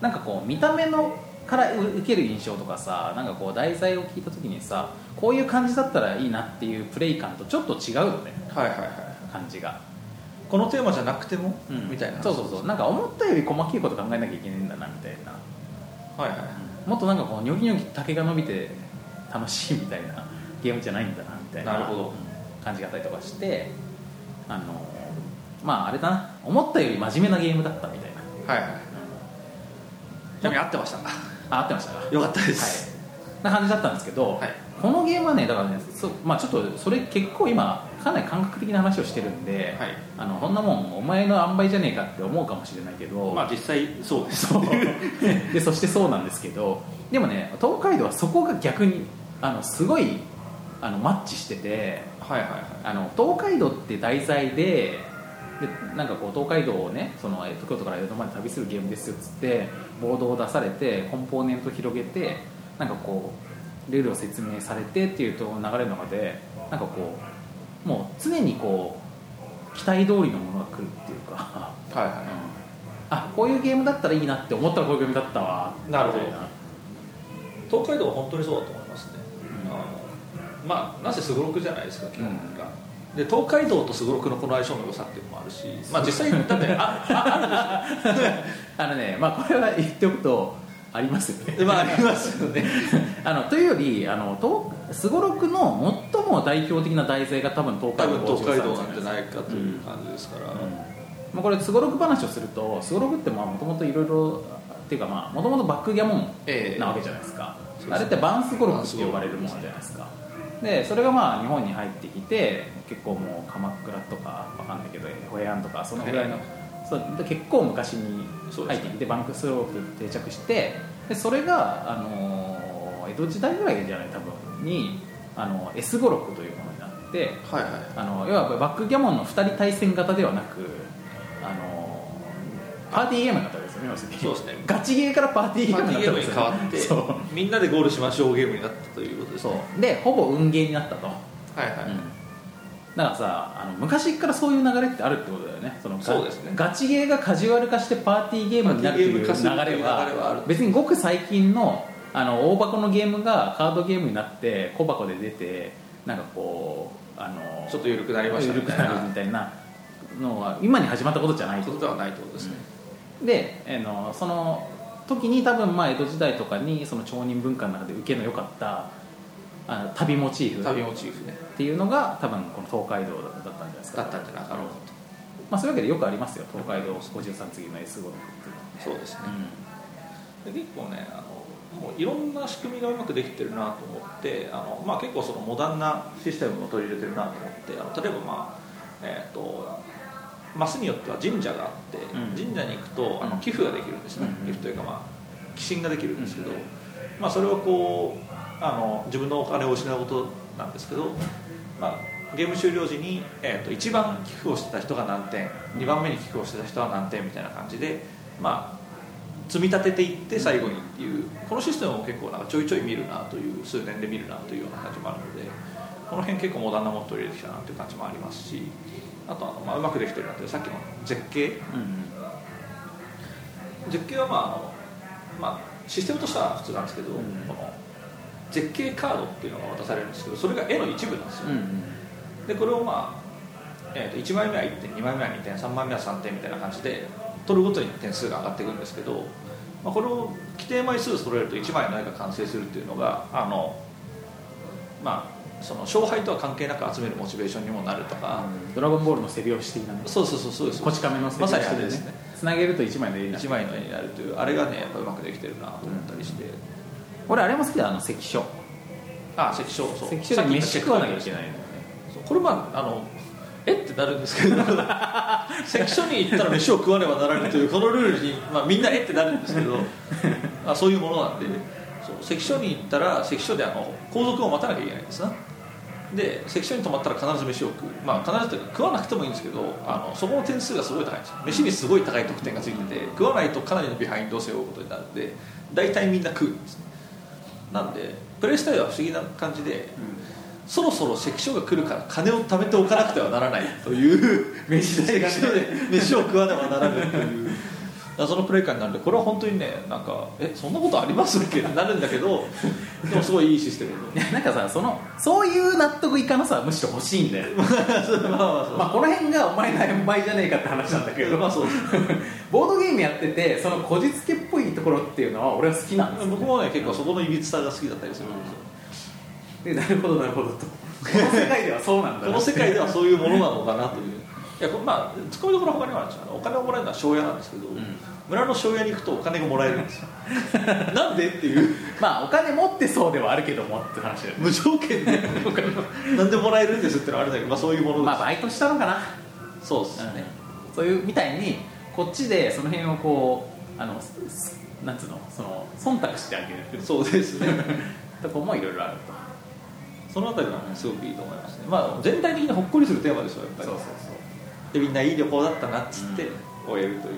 Speaker 2: なんかこう見た目のから受ける印象とかさなんかこう題材を聞いた時にさこういう感じだったらいいなっていうプレイ感とちょっと違うよね
Speaker 3: はいはいはい
Speaker 2: 感じが、
Speaker 3: このテーマじゃなくても、
Speaker 2: うん
Speaker 3: みたいな
Speaker 2: そうそうそうなんか思ったより細かいこと考えなきゃいけないんだなみたいな
Speaker 3: はいはい
Speaker 2: もっとなんかこうニョキニョキ竹が伸びて楽しいみたいな ゲームじゃないんだなみたいな
Speaker 3: なるほど
Speaker 2: うん感じがあったりとかしてあのまああれだな思ったより真面目なゲームだったみたいな
Speaker 3: はいはいちなみに合ってました
Speaker 2: あ合ってましたか
Speaker 3: よかったで
Speaker 2: はい
Speaker 3: す、
Speaker 2: な感じだったんですけど、
Speaker 3: はい
Speaker 2: このゲームはねだからねそう、まあ、ちょっとそれ結構今かなり感覚的な話をしてるんで、
Speaker 3: はい
Speaker 2: あのこんなもんお前の塩梅じゃねえかって思うかもしれないけど、
Speaker 3: まあ実際そうです
Speaker 2: そうでそしてそう なんですけどでもね東海道はそこが逆にあのすごいあのマッチしてて
Speaker 3: はいはいはい
Speaker 2: あの東海道って題材ででなんかこう東海道をねそのえー京都から江戸まで旅するゲームですよっつってボードを出されてコンポーネント広げてなんかこうルールを説明されてっていうと流れの中でなんかこうもう常にこう期待通りのものが来るっていうか。
Speaker 3: はいはい
Speaker 2: あこういうゲームだったらいいなって思ったらこういうゲームだったわ
Speaker 3: なるほど
Speaker 2: みたい
Speaker 3: 東海道は本当にそうだと思いますね、あのまあなぜすごろくじゃないですか基本が、で東海道とすごろくのこの相性の良さっていうのもあるし、まあ、実際だってあああるんですよ
Speaker 2: あのねまあこれは言っておくとありますよ ね
Speaker 3: まあありますよね
Speaker 2: あのというよりあのとすごろくの最も代表的な題材が多分東
Speaker 3: 多
Speaker 2: 海道
Speaker 3: 分東海道
Speaker 2: 53
Speaker 3: なんじゃないかという感じですから、
Speaker 2: まあ、これすごろく話をするとすごろくってもともといろいろっていうかまあもともとバックギャモ
Speaker 3: え
Speaker 2: ン
Speaker 3: え
Speaker 2: なわけじゃないですか、
Speaker 3: そうです
Speaker 2: あれってバンスゴロクって呼ばれるものじゃないですかでそれがまあ日本に入ってきて結構もう鎌倉とかわかんないけどホエアンとかそのぐらいの、
Speaker 3: はい
Speaker 2: そうで結構昔に
Speaker 3: そう
Speaker 2: 入
Speaker 3: です
Speaker 2: って
Speaker 3: ね
Speaker 2: きて、バンクスローク定着してでそれが、あのー江戸時代ぐらいじゃない多分に、あの S 語録というものになって
Speaker 3: はいはい
Speaker 2: あの要はバックギャモンの2人対戦型ではなくあのパーティーゲームになったわけですよね要するに
Speaker 3: そうですね
Speaker 2: ガチゲーからパーティーゲ
Speaker 3: パ
Speaker 2: ーム
Speaker 3: ー
Speaker 2: に
Speaker 3: ティ
Speaker 2: な
Speaker 3: ー
Speaker 2: っ
Speaker 3: ゲ
Speaker 2: た
Speaker 3: ー
Speaker 2: わ
Speaker 3: ム
Speaker 2: け
Speaker 3: に
Speaker 2: です
Speaker 3: 変
Speaker 2: よ
Speaker 3: わ
Speaker 2: ね
Speaker 3: って
Speaker 2: そう
Speaker 3: みんなでゴールしましょうゲームになったということですね
Speaker 2: そうでほぼ運ゲーになったと、
Speaker 3: はいはい、
Speaker 2: うんだからさあの昔からそういう流れってあるってことだよねそのガ
Speaker 3: そうですね
Speaker 2: ガチゲーがカジュアル化してパーティーゲームになるっていう流れ
Speaker 3: パーティーゲーム化するっていう流れはあ
Speaker 2: は
Speaker 3: る
Speaker 2: 別にごく最近のあの大箱のゲームがカードゲームになって小箱で出てなんかこうあの
Speaker 3: ちょっと緩くなりました
Speaker 2: 緩
Speaker 3: み
Speaker 2: く
Speaker 3: たいな
Speaker 2: なるみたいなのは今に始まったことじゃない
Speaker 3: ことではないってことですね、
Speaker 2: で、えーのその時に多分まあ江戸時代とかにその町人文化の中で受けの良かったあの旅モチーフ
Speaker 3: 旅
Speaker 2: っ
Speaker 3: モチーフね
Speaker 2: ていうのが多分この東海道だったんじゃないですか
Speaker 3: だったんじゃなかろうか
Speaker 2: まあ、そういうわけでよくありますよ東海道53次の S 号っていうのは
Speaker 3: とそうですね、
Speaker 2: うん
Speaker 3: で結構ねあのもういろんな仕組みがうまくできてるなと思ってあの、まあ、結構そのモダンなシステムも取り入れてるなと思ってあの例えばまあえっ、とマスによっては神社があって、
Speaker 2: うん
Speaker 3: 神社に行くとあ
Speaker 2: うん
Speaker 3: の寄付ができるんですね、
Speaker 2: うん
Speaker 3: 寄付というかまあ寄進ができるんですけど、
Speaker 2: うん
Speaker 3: まあ、それをこうあの自分のお金を失うことなんですけど、まあ、ゲーム終了時に、えー、と一番寄付をしてた人が何点2番目に寄付をしてた人は何点みたいな感じで、まあ、積み立てていって最後にっていうこのシステムを結構なんかちょいちょい見るなという数年で見るなというような感じもあるのでこの辺結構モダンなものを取り入れてきたなという感じもありますしあとは、まあ、うまくできてるなというさっきの絶景絶景はまああの、まあ、システムとしては普通なんですけど、
Speaker 2: うん
Speaker 3: この絶景カードっていうのが渡されるんですけどそれが絵の一部なんですよ、
Speaker 2: うんうん
Speaker 3: でこれをまあ、えー、と1枚目は1点2枚目は2点3枚目は3点みたいな感じで取るごとに点数が上がっていくんですけど、まあ、これを規定枚数揃えると1枚の絵が完成するっていうのがあのまあその勝敗とは関係なく集めるモチベーションにもなるとか、
Speaker 2: ドラゴンボールの背拍子的なね
Speaker 3: そうそうそうそうです
Speaker 2: こち亀の背
Speaker 3: まさ
Speaker 2: 拍
Speaker 3: にあ
Speaker 2: 子的
Speaker 3: れです
Speaker 2: な
Speaker 3: ね
Speaker 2: つなげると1枚の絵になる
Speaker 3: 1枚の絵になるというあれがねやっぱうまくできてるなと思ったりして、
Speaker 2: 俺あれも好きだよあの関所
Speaker 3: あ関所そう
Speaker 2: 関所で飯食わなきゃいけないのよね
Speaker 3: そうこれまああのえってなるんですけど 関所に行ったら飯を食わねばならないというこのルールに、まあ、みんなえってなるんですけどあそういうものなんでそう関所に行ったら関所であの皇族を待たなきゃいけないんですなで関所に泊まったら必ず飯を食うまあ必ずというか食わなくてもいいんですけどあのそこの点数がすごい高いんですよ飯にすごい高い得点がついてて食わないとかなりのビハインドを背負うことになるんで大体みんな食うんですなんでプレイスタイルは不思議な感じで、そろそろ関所が来るから金を貯めておかなくてはならないという 飯代が関所で飯を食わねばならぬという謎のプレイ感になるんでこれは本当にねなんかえそんなことありますっけってなるんだけどでもすごいいいシステム
Speaker 2: なんかさそのそういう納得いかなさはむしろ欲しいんだよ、
Speaker 3: まあまあそう
Speaker 2: まあ、この辺がお前の塩梅じゃねえかって話なんだけど
Speaker 3: まあそうです
Speaker 2: ボードゲームやっててそのこじつけっぽいところっていうのは俺は好きなんですよ
Speaker 3: 僕もね結構そこのいびつさが好きだったりするんですよ
Speaker 2: でなるほどなるほ どとこの世界ではそうなんだ
Speaker 3: この世界ではそういうものなのかなといういやこれまあツッコミどころは他にもあるんですよあのお金をもらえるのは庄屋なんですけど、村の庄屋に行くとお金がもらえるんですよなんでっていう
Speaker 2: まあお金持ってそうではあるけどもって話だよね
Speaker 3: 無条件でなんでもらえるんですってのはあるんだけど、まあ、そういうものです、
Speaker 2: まあバイトしたのかな
Speaker 3: そうですね、
Speaker 2: そういうみたいにこっちでその辺をこうあのすすなんつうのその忖度してあげる
Speaker 3: そうですね
Speaker 2: とこもいろいろある
Speaker 3: そのあたりはねすごくいいと思いますねまあ全体的にほっこりするテーマですよやっぱ
Speaker 2: と
Speaker 3: り
Speaker 2: そうそうそ
Speaker 3: でみんないい旅行だったなっつって
Speaker 2: う
Speaker 3: 終えるという、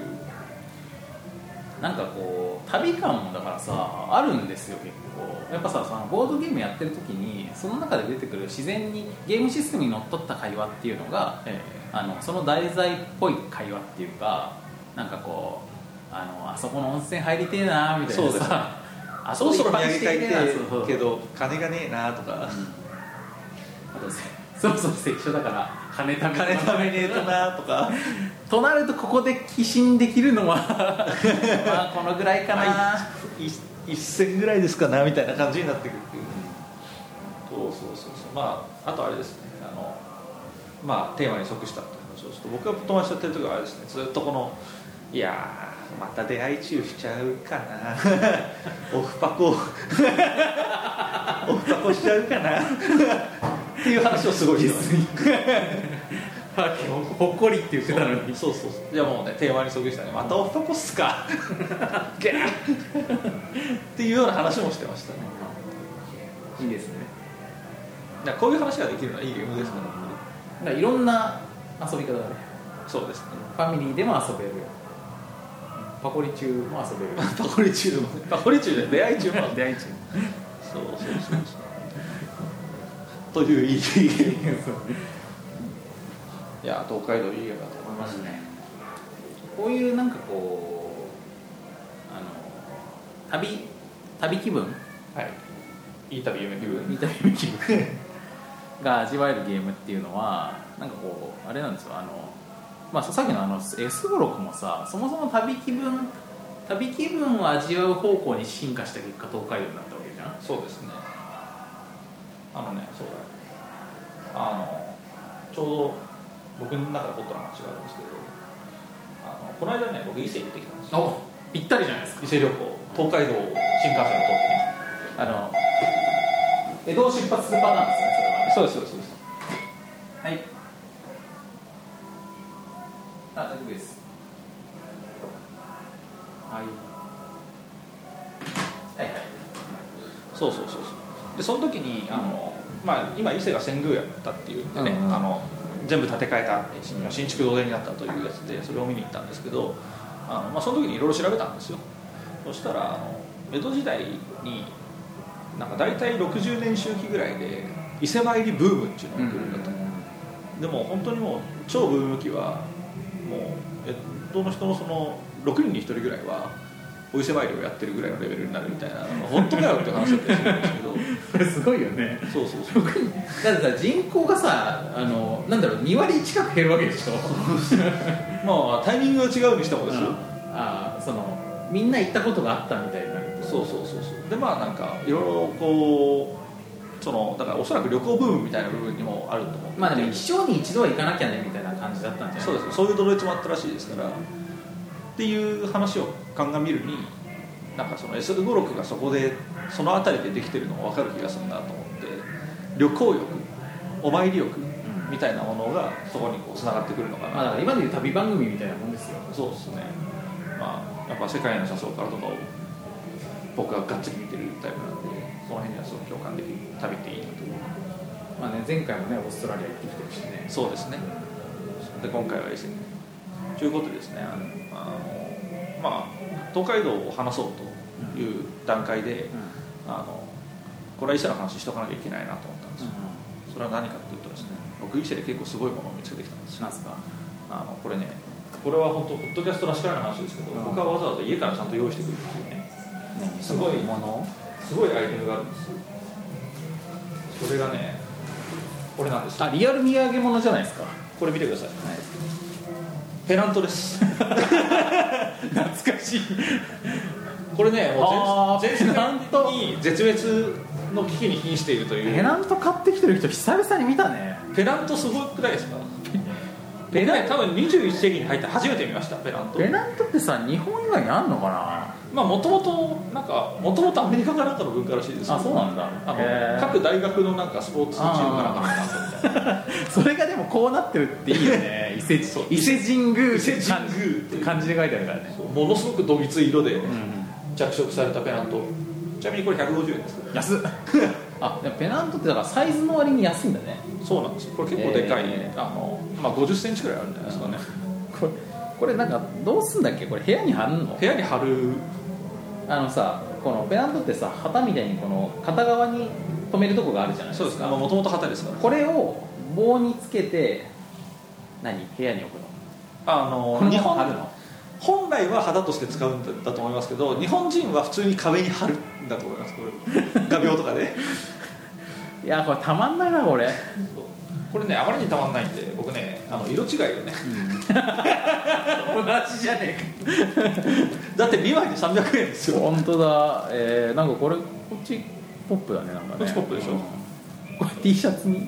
Speaker 2: うなんかこう旅感もだからさあるんですよ結構やっぱさそのボードゲームやってる時にその中で出てくる自然にゲームシステムにのっとった会話っていうのが
Speaker 3: え
Speaker 2: あのその題材っぽい会話っていうかなんかこうあのあそこの温泉入りてえなみたいな
Speaker 3: そうですね
Speaker 2: さあ
Speaker 3: そろそろ
Speaker 2: こ
Speaker 3: 土
Speaker 2: 一
Speaker 3: 産
Speaker 2: 般
Speaker 3: 買い
Speaker 2: してえなそうそう
Speaker 3: えけど金がねえなとか
Speaker 2: あとせそろそろ関所だから金貯め
Speaker 3: 金貯めねえとなとか
Speaker 2: となるとここで寄進でき るのはまあこのぐらいかな、
Speaker 3: まあい一銭ぐらいですかなみたいな感じになってくるっていう、そうそうそうそうまああとあれですねあのまあテーマに即したって話をちょっと僕が友達とやってる時はあれですねずっとこのいやーまた出会い中しちゃうかな オフパコオフパコしちゃうかなっていう話をすごいしてます
Speaker 2: ほっこりって言ってたのに
Speaker 3: そうそうそうじゃあもうねテーマに即したねまたオフパコっすかギャーっていうような話もしてましたね
Speaker 2: いいですね
Speaker 3: だからこういう話ができるのはいいゲームですから、
Speaker 2: だからいろんな遊び方がある
Speaker 3: そうですね
Speaker 2: ファミリーでも遊べるパコリ中も遊べる
Speaker 3: パコリ中もパコリ中 で出会い中も
Speaker 2: 出会い中
Speaker 3: そうそうそうそうといういいゲーム いや東海道いいゲームだと思い
Speaker 2: ま
Speaker 3: ますすね
Speaker 2: ねこういうなんかこうあの旅旅気分
Speaker 3: はいいい旅夢気分
Speaker 2: 見た目気分が味わえるゲームっていうのはなんかこうあれなんですよあの、まあ、ささっきのあの S56 もさそもそも旅気分旅気分を味わう方向に進化した結果東海道になったわけじゃん
Speaker 3: そうですねあのねそうだあのちょうど僕の中でホットな話があるんですけどあのこの間ね僕伊勢行ってきたんですよ
Speaker 2: おぴったりじゃないですか
Speaker 3: 伊勢旅行東海道新幹線を通ってね
Speaker 2: あの江戸を出発するパターンですねそれはね
Speaker 3: そうですそうですそうです
Speaker 2: はいあ大丈夫ですはいはいはい
Speaker 3: そうそうそうそうでその時にあの、まあ、今伊勢が遷宮やったっていうんでね、
Speaker 2: うんうん
Speaker 3: あの全部建て替えた新新築同然になったというやつでそれを見に行ったんですけどあの、まあ、その時にいろいろ調べたんですよそしたらあの江戸時代になんか大体60年周期ぐらいで伊勢参りブームっていうのが来るんだと、でも本当にもう超ブーム期はもうえ江戸の人のその6人に1人ぐらいはお伊勢参りをやってるぐらいのレベルになるみたいな本当かよって話だったりするんですけど
Speaker 2: これすごいよね
Speaker 3: そうそうそう
Speaker 2: だってさ人口がさあのなんだろう2割近く減るわけでしょ
Speaker 3: まあタイミングが違うにしてもですよ、
Speaker 2: ああそのみんな行ったことがあったみたいな
Speaker 3: そうそうそうそうでまあなんかいろいろこうそのだからおそらく旅行ブームみたいな部分にもあると思う
Speaker 2: まあでも一生に一度は行かなきゃねみたいな感じだったんじゃない
Speaker 3: そうですそういうドロイツもあったらしいですからっていう話を鑑みるになんかその S56 がそこでその辺りでできてるのが分かる気がするなと思って旅行欲お参り欲みたいなものがそこにこうつながってくるのかな、
Speaker 2: まあだから今でいう旅番組みたいなもんですよ
Speaker 3: そうですねまあやっぱ世界の車窓からとかを僕はがっつり見てるタイプなんでその辺にはすごく共感できる旅っていいなと思う
Speaker 2: まあね前回もねオーストラリア行ってきてるしね
Speaker 3: そうですねで今回は伊勢ということでですねあのあのまあ東海道を話そうという段階であのこれは伊勢の話しとかなきゃいけないなと思ったんですよそれは何かっていうとですね僕伊勢で結構すごいものを見つけてきたんですよ
Speaker 2: なんすか
Speaker 3: あのこれねこれは本当ホットキャストらしからぬ話ですけど
Speaker 2: うん
Speaker 3: 僕はわざわざ家からちゃんと用意してくるんですよねすごい
Speaker 2: もの
Speaker 3: すごいアイテムがあるんですよそれがねこれなんですよ
Speaker 2: あリアル土産物じゃないですか
Speaker 3: これ見てくださいペナントです
Speaker 2: 懐かしい
Speaker 3: これねも
Speaker 2: あ
Speaker 3: う
Speaker 2: ー
Speaker 3: 全全世界的に絶滅の危機に瀕しているという
Speaker 2: ペナント買ってきてる人久々に見たね
Speaker 3: ペナントすごくないですか
Speaker 2: ペ
Speaker 3: ペ
Speaker 2: ナ
Speaker 3: ナント多分21世紀に入って初めて見ましたペナント
Speaker 2: ペナントってさ日本以外にあんのか
Speaker 3: まあもともとなんかもともとアメリカかなんかの文化らしいですけど
Speaker 2: あそうなんだ
Speaker 3: あ
Speaker 2: へ
Speaker 3: の
Speaker 2: ー
Speaker 3: 各大学のなんかスポーツチームかなんかのペナントみたいな
Speaker 2: なそれがでもこうなってるっていいよね 伊勢
Speaker 3: そう
Speaker 2: 伊勢神 宮
Speaker 3: 伊勢神宮っていう
Speaker 2: 漢字で書いてあるからね
Speaker 3: そうものすごくどぎつい色で
Speaker 2: うん
Speaker 3: 着色されたペナントちなみにこれ150円ですから
Speaker 2: 安っあでもペナントってだからサイズの割に安いんだね
Speaker 3: そうなんですよこれ結構でかい、
Speaker 2: え
Speaker 3: あのまあ50センチくらいあるんじゃないですかね、
Speaker 2: これこれなんかどうすんだっけこれ部屋に貼るの
Speaker 3: 部屋に貼る
Speaker 2: あのさこのペナントってさ旗みたいにこの片側に止めるとこがあるじゃないで
Speaker 3: そ
Speaker 2: すか
Speaker 3: うですかもともと旗ですから
Speaker 2: これを棒につけて何部屋に置くの
Speaker 3: あの
Speaker 2: この
Speaker 3: 日
Speaker 2: まま
Speaker 3: 本
Speaker 2: 貼るの
Speaker 3: 本来は旗として使うんだと思いますけど日本人は普通に壁に貼るんだと思いますこれ画鋲とかで
Speaker 2: いやこれたまんない なこれ
Speaker 3: これねあまりにたまんないんで僕ねあの色違いをね
Speaker 2: 同じじゃね
Speaker 3: だって2枚で300円ですよ
Speaker 2: 本当だえー、なんかこれこっちポップだねなんかね
Speaker 3: こっちポップでしょ
Speaker 2: うんこれ T シャ ツに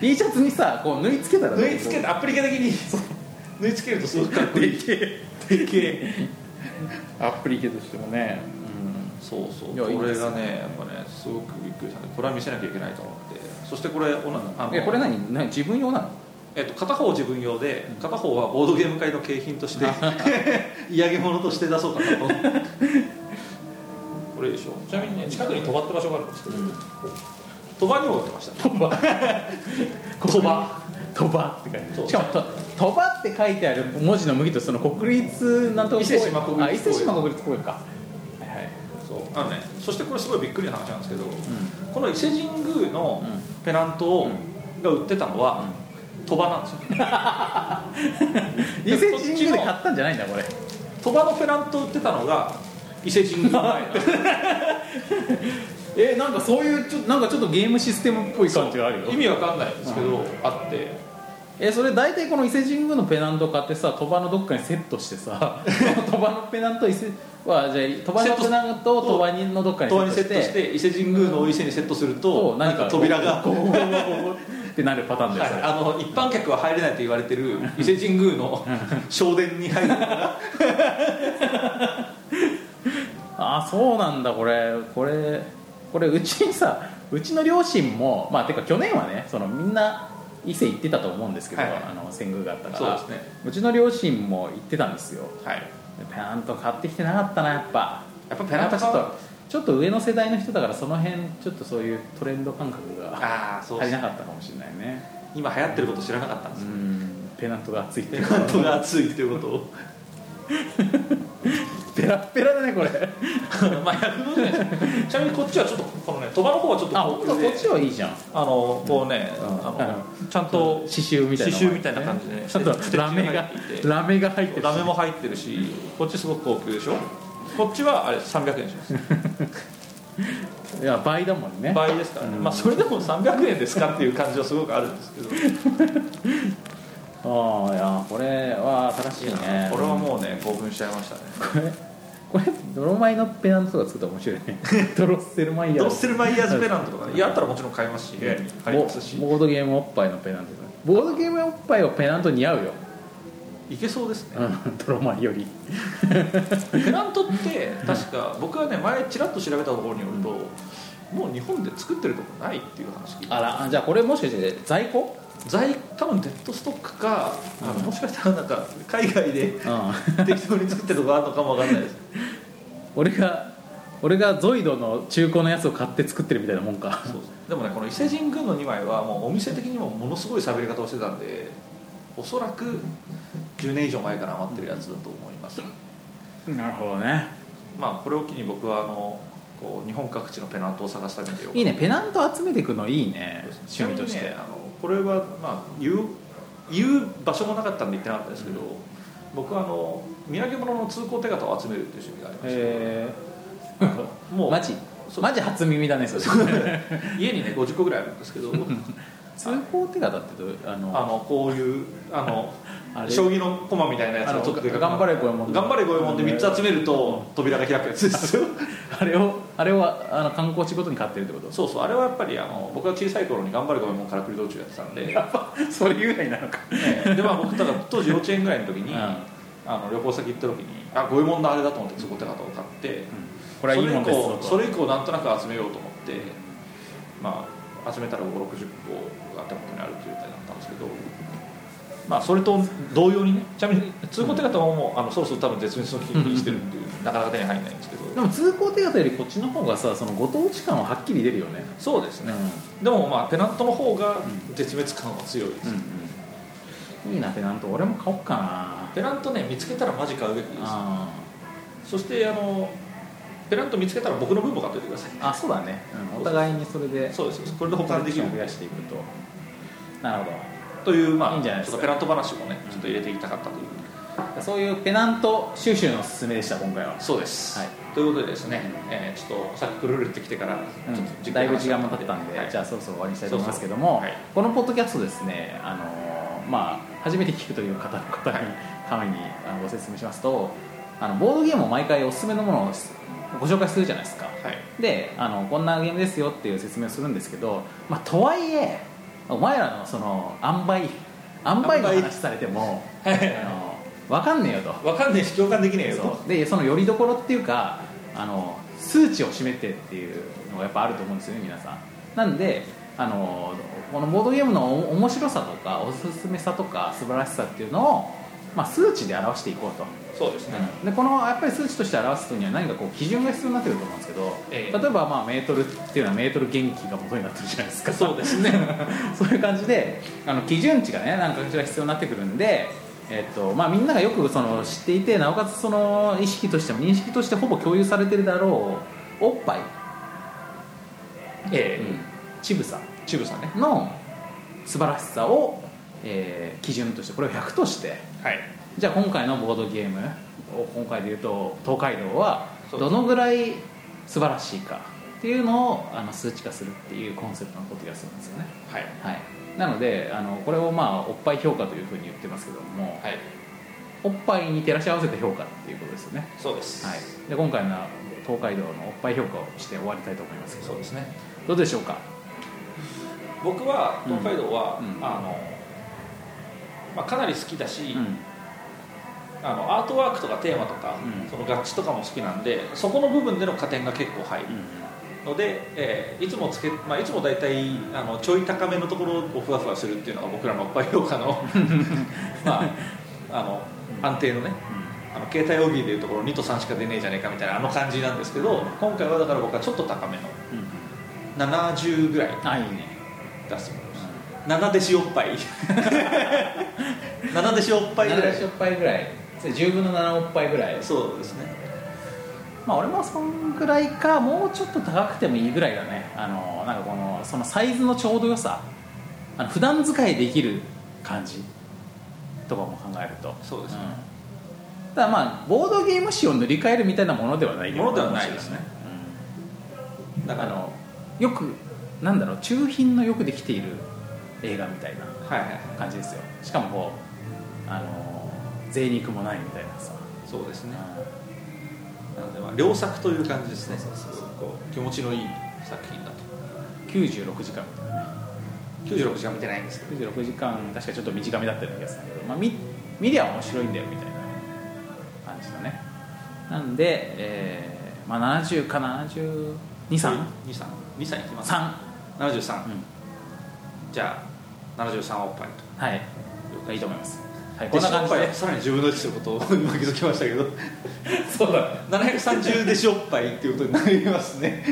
Speaker 2: T シャツにさこう縫い付けたら
Speaker 3: 縫い付けてアプリケ的に縫い付けるとすごくかっこいい
Speaker 2: でけえアプリケとしてもね、
Speaker 3: そうそう
Speaker 2: いやいい
Speaker 3: こ
Speaker 2: で
Speaker 3: れ
Speaker 2: す
Speaker 3: がねやっぱねすごくびっくりしたんでこれは見せなきゃいけないと思ってそしてこれおなあの
Speaker 2: えこれ何何自分用なの
Speaker 3: えっと、片方自分用で片方はボードゲーム会の景品として 嫌げ物として出そうかなと思ってこれでしょちなみにね近くに飛ばって場所があるんですけど鳥羽にも売ってましたね
Speaker 2: 鳥羽鳥羽って
Speaker 3: そ
Speaker 2: 書いうてしかもと鳥羽って書いてある文字の向きとその国立なんとか公園
Speaker 3: 伊勢志摩国立公園
Speaker 2: あ伊勢志摩国立公園かはいはい
Speaker 3: そうあのねそしてこれすごいびっくりな話なんですけど、この伊勢神宮のペナントを、が売ってたのは鳥羽なんですよ
Speaker 2: 伊勢神宮で買ったんじゃないんだこれ
Speaker 3: 鳥羽のペナントを売ってたのが伊勢神宮の前なん です
Speaker 2: えー、なんかそういうちょなんかちょっとゲームシステムっぽい感じがあるよ
Speaker 3: 意味わかんないんですけど、あって
Speaker 2: えそれ大体この伊勢神宮のペナント買ってさ鳥羽のどっかにセットして さ鳥羽のペナント伊勢はじゃあ鳥羽のペナントを鳥羽にのどっかに
Speaker 3: 鳥羽にセットし
Speaker 2: して
Speaker 3: て伊勢神宮のお伊勢にセットすると
Speaker 2: と
Speaker 3: なんか扉が
Speaker 2: ゴゴゴゴゴゴ ってなるパターンだよそ
Speaker 3: はい
Speaker 2: れ
Speaker 3: あの一般客は入れないと言われてる伊勢神宮の正殿に 入るのが
Speaker 2: あそうなんだこれこれこれうちにさ うちの両親もまあてか去年はねそのみんな伊勢行ってたと思うんですけど、
Speaker 3: はいはい
Speaker 2: あの遷宮があったから
Speaker 3: そうですね
Speaker 2: うちの両親も行ってたんですよ
Speaker 3: はい
Speaker 2: でペナント買ってきてなかったなやっぱ
Speaker 3: やっぱペ
Speaker 2: や
Speaker 3: ナン
Speaker 2: っ
Speaker 3: ト
Speaker 2: ぱちょっ
Speaker 3: は
Speaker 2: とちょっと上の世代の人だからその辺ちょっとそういうトレンド感覚が
Speaker 3: ああそう
Speaker 2: 足
Speaker 3: で
Speaker 2: り
Speaker 3: す
Speaker 2: なかったかもしれないね
Speaker 3: 今流行ってること知らなかったん
Speaker 2: う
Speaker 3: ですよ
Speaker 2: んペナントが熱いって
Speaker 3: ペ
Speaker 2: いう
Speaker 3: ナントが熱いっていうことを
Speaker 2: ペラッペラだねこれ
Speaker 3: まあ100度じゃないですちなみにこっちはちょっとこのね鳥羽の方はちょっと
Speaker 2: あ本当こっちはいいじゃん
Speaker 3: あのこうね、
Speaker 2: ん
Speaker 3: あのちゃんと
Speaker 2: 刺繍みたいな
Speaker 3: 刺繍みたいな感じでね
Speaker 2: ちょっとラメがラメが入ってるし
Speaker 3: ラメも入ってるしこっちすごく高級でしょこっちはあれ300円します
Speaker 2: いや倍だもんね
Speaker 3: 倍ですからね、
Speaker 2: うん
Speaker 3: まあ、それでも300円ですかっていう感じはすごくあるんですけど
Speaker 2: ああいやこれは新しいね
Speaker 3: これはもうね興奮しちゃいましたね
Speaker 2: これこれ泥米のペナントとか作ったら面白いね ドロッセルマイヤー
Speaker 3: ドッセルマイヤーズペナントとかねいやあったらもちろん買いますし部屋に入り
Speaker 2: ボ
Speaker 3: ますし
Speaker 2: ボードゲームおっぱいのペナントだねボードゲームおっぱいはペナント似合うよ、
Speaker 3: いけそうですね
Speaker 2: うん、 泥米より
Speaker 3: ペナントって確か僕はね前ちらっと調べたところによると、もう日本で作ってるとこないっていう話聞いた
Speaker 2: あらあじゃあこれもしかして在庫
Speaker 3: 在多分デッドストックか、あの
Speaker 2: うん
Speaker 3: もしかしたらなんか海外で
Speaker 2: うん
Speaker 3: 適当に作ってるとこあるのかもわかんないです
Speaker 2: 俺が俺がゾイドの中古のやつを買って作ってるみたいなもんか
Speaker 3: そうですでもねこの伊勢神宮の2枚はもうお店的にもものすごい喋り方をしてたんでおそらく10年以上前から余ってるやつだと思います
Speaker 2: なるほどね
Speaker 3: まあこれを機に僕はあのこう日本各地のペナントを探すために
Speaker 2: いいねペナント集めていくのいいね趣味とし
Speaker 3: ちなみに
Speaker 2: て
Speaker 3: ねあのこれはまあ言う言う場所もなかったんで言ってなかったですけど、僕はあの土産物の通行手形を集めるっていう趣味がありまして、
Speaker 2: へえ
Speaker 3: もう
Speaker 2: マジ
Speaker 3: そう
Speaker 2: マジ初耳だねそれ
Speaker 3: 家にね50個ぐらいあるんですけど
Speaker 2: 通行手形ってどうあ
Speaker 3: あ
Speaker 2: の
Speaker 3: のこういうあの
Speaker 2: あれ
Speaker 3: 将棋の駒みたいなやつ
Speaker 2: あ
Speaker 3: が
Speaker 2: の
Speaker 3: ちょっとでかく
Speaker 2: 頑張れ五右衛門
Speaker 3: 頑張れ五右衛門で3つ集めると扉が開くやつですよ
Speaker 2: あれをあれはあの観光地ごとに買ってるってこと
Speaker 3: そうそうあれはやっぱりあの僕が小さい頃に頑張れ五右衛門から来る道中やってたんで、
Speaker 2: それ由来なのか
Speaker 3: ええでまあ僕だから当時幼稚園ぐらいの時に、
Speaker 2: うん
Speaker 3: あの旅行先行った時にあ五右衛門のあれだと思って通行手形を買って、
Speaker 2: これはいいもんです
Speaker 3: それ以降それ
Speaker 2: ぞと
Speaker 3: 以降なんとなく集めようと思って、まあ、集めたら560個が手元にあるという状態だったんですけど、まあ、それと同様にねちなみに通行手形ももうあのそろそろ多分絶滅の危機にしてるっていう、なかなか手に入らないんですけど
Speaker 2: でも通行手形よりこっちの方がさそのご当地感ははっきり出るよね
Speaker 3: そうです
Speaker 2: うん
Speaker 3: ね、でもまあペナントの方が絶滅感は強いです、
Speaker 2: うんいいなペナント俺も買おうかな
Speaker 3: ペナントね見つけたらマジ買うべきです
Speaker 2: あ
Speaker 3: そしてあのペナント見つけたら僕の分も買っといてください
Speaker 2: ーあそうだね、うんお互いにそれで
Speaker 3: そうですそうですこれで保
Speaker 2: コレ
Speaker 3: 管で
Speaker 2: ク
Speaker 3: き
Speaker 2: シ
Speaker 3: る
Speaker 2: ョンを増やしていくとなるほど
Speaker 3: というまあ
Speaker 2: いいんじゃないで
Speaker 3: ち
Speaker 2: す
Speaker 3: ょ
Speaker 2: か
Speaker 3: っとペナント話もね
Speaker 2: うん
Speaker 3: ちょっと入れていきたかったという、
Speaker 2: そういうペナント収集のおすすめでした今回は、
Speaker 3: そうです、
Speaker 2: はい
Speaker 3: ということでですね、えーちょっとさっきくるるってきてから
Speaker 2: うん
Speaker 3: ちょっとじっくり話し
Speaker 2: だいぶ時間も経ったんで、
Speaker 3: はい
Speaker 2: じゃあそろそろ終わりにしたいと思いますけども
Speaker 3: そうそうはい
Speaker 2: このポッドキャストですねあのーまあ初めて聞くという方の方に、
Speaker 3: はい
Speaker 2: ためにあのご説明しますとあのボードゲームを毎回おすすめのものをご紹介するじゃないですか
Speaker 3: はい
Speaker 2: であのこんなゲームですよっていう説明をするんですけど、まあ、とはいえお前らのその塩梅塩梅の話されても
Speaker 3: はい
Speaker 2: あの分かんねえよと
Speaker 3: わかんねえし共感できねえよ
Speaker 2: そうでそのよりどころっていうかあの数値を占めてっていうのがやっぱあると思うんですよね皆さんなんであのこのボードゲームのお面白さとかおすすめさとか素晴らしさっていうのを、まあ、数値で表していこうと、
Speaker 3: そうですね、
Speaker 2: でこのやっぱり数値として表すには何かこう基準が必要になってくると思うんですけど、
Speaker 3: ええ
Speaker 2: 例えばまあメートルっていうのはメートル元気が元になってるじゃないですか
Speaker 3: そうですね
Speaker 2: そういう感じであの基準値がね何かしら必要になってくるんで、えっとまあ、みんながよくその知っていてなおかつその意識としても認識としてほぼ共有されてるだろうおっぱい、
Speaker 3: え
Speaker 2: ちぶさ
Speaker 3: チブさんね
Speaker 2: の素晴らしさを、えー基準としてこれを100として
Speaker 3: はい
Speaker 2: じゃあ今回のボードゲームを今回で言うと東海道は
Speaker 3: そう
Speaker 2: どのぐらい素晴らしいかっていうのをあの数値化するっていうコンセプトのポッドキャストなんですよね、
Speaker 3: はい
Speaker 2: はい、なのであのこれをまあおっぱい評価というふうに言ってますけども、
Speaker 3: はい
Speaker 2: おっぱいに照らし合わせて評価っていうことですよね、
Speaker 3: そうです
Speaker 2: はい、で今回の東海道のおっぱい評価をして終わりたいと思いますけ
Speaker 3: そ
Speaker 2: ど
Speaker 3: うですね
Speaker 2: どうでしょうか
Speaker 3: 僕は東海道は、
Speaker 2: うん
Speaker 3: あのまあ、かなり好きだし、
Speaker 2: うん
Speaker 3: あのアートワークとかテーマとか、
Speaker 2: うん
Speaker 3: その合致とかも好きなんでそこの部分での加点が結構入るので、えーいつもつけ、まあ、いつも大体あのちょい高めのところをふわふわするっていうのが僕らのおっぱい評価 のまああの安定のねあの携帯大喜利でいうところ2と3しか出ねえじゃねえかみたいなあの感じなんですけど今回はだから僕はちょっと高めの
Speaker 2: うんうん
Speaker 3: 70ぐらい
Speaker 2: あいいね
Speaker 3: 出す7弟子おっぱ い7弟子おっぱいぐらい
Speaker 2: 7おっぱいぐらいそれ10分の7おっぱいぐらい
Speaker 3: そうですね
Speaker 2: まあ俺もそんぐらいかもうちょっと高くてもいいぐらいだねあのなんかこのそのサイズのちょうど良さあの普段使いできる感じとかも考えると
Speaker 3: そうですね
Speaker 2: うんただまあボードゲーム誌を塗り替えるみたいなものではないけど
Speaker 3: ものではないですね
Speaker 2: う
Speaker 3: だ
Speaker 2: ん
Speaker 3: か
Speaker 2: あ
Speaker 3: ら
Speaker 2: のよくなんだろう中品のよくできている映画みたいな
Speaker 3: はいはい
Speaker 2: 感じですよしかもこうあの贅肉もないみたいなさ、
Speaker 3: そうです
Speaker 2: うん
Speaker 3: ねなのでまあ良作という感じですねこう気持ちのいい作品だと
Speaker 2: 96時間
Speaker 3: 96時間見てないんですけど
Speaker 2: 96時間確かちょっと短めだったような気がするんだけど、まあ、見見りゃ面白いんだよみたいな感じだねなんで、えーまあ、70か7 2 3
Speaker 3: 2歳いきます
Speaker 2: 3
Speaker 3: 73、
Speaker 2: うん
Speaker 3: じゃあ73おっぱい
Speaker 2: はい
Speaker 3: と
Speaker 2: いいと思います、はい、
Speaker 3: こ
Speaker 2: こん
Speaker 3: んな
Speaker 2: な
Speaker 3: 感
Speaker 2: 感
Speaker 3: じ
Speaker 2: じ
Speaker 3: で
Speaker 2: で
Speaker 3: さらに自分の位置することを今気づきましたけ ど
Speaker 2: そうだ
Speaker 3: 730でしょっぱいっていうことになりますね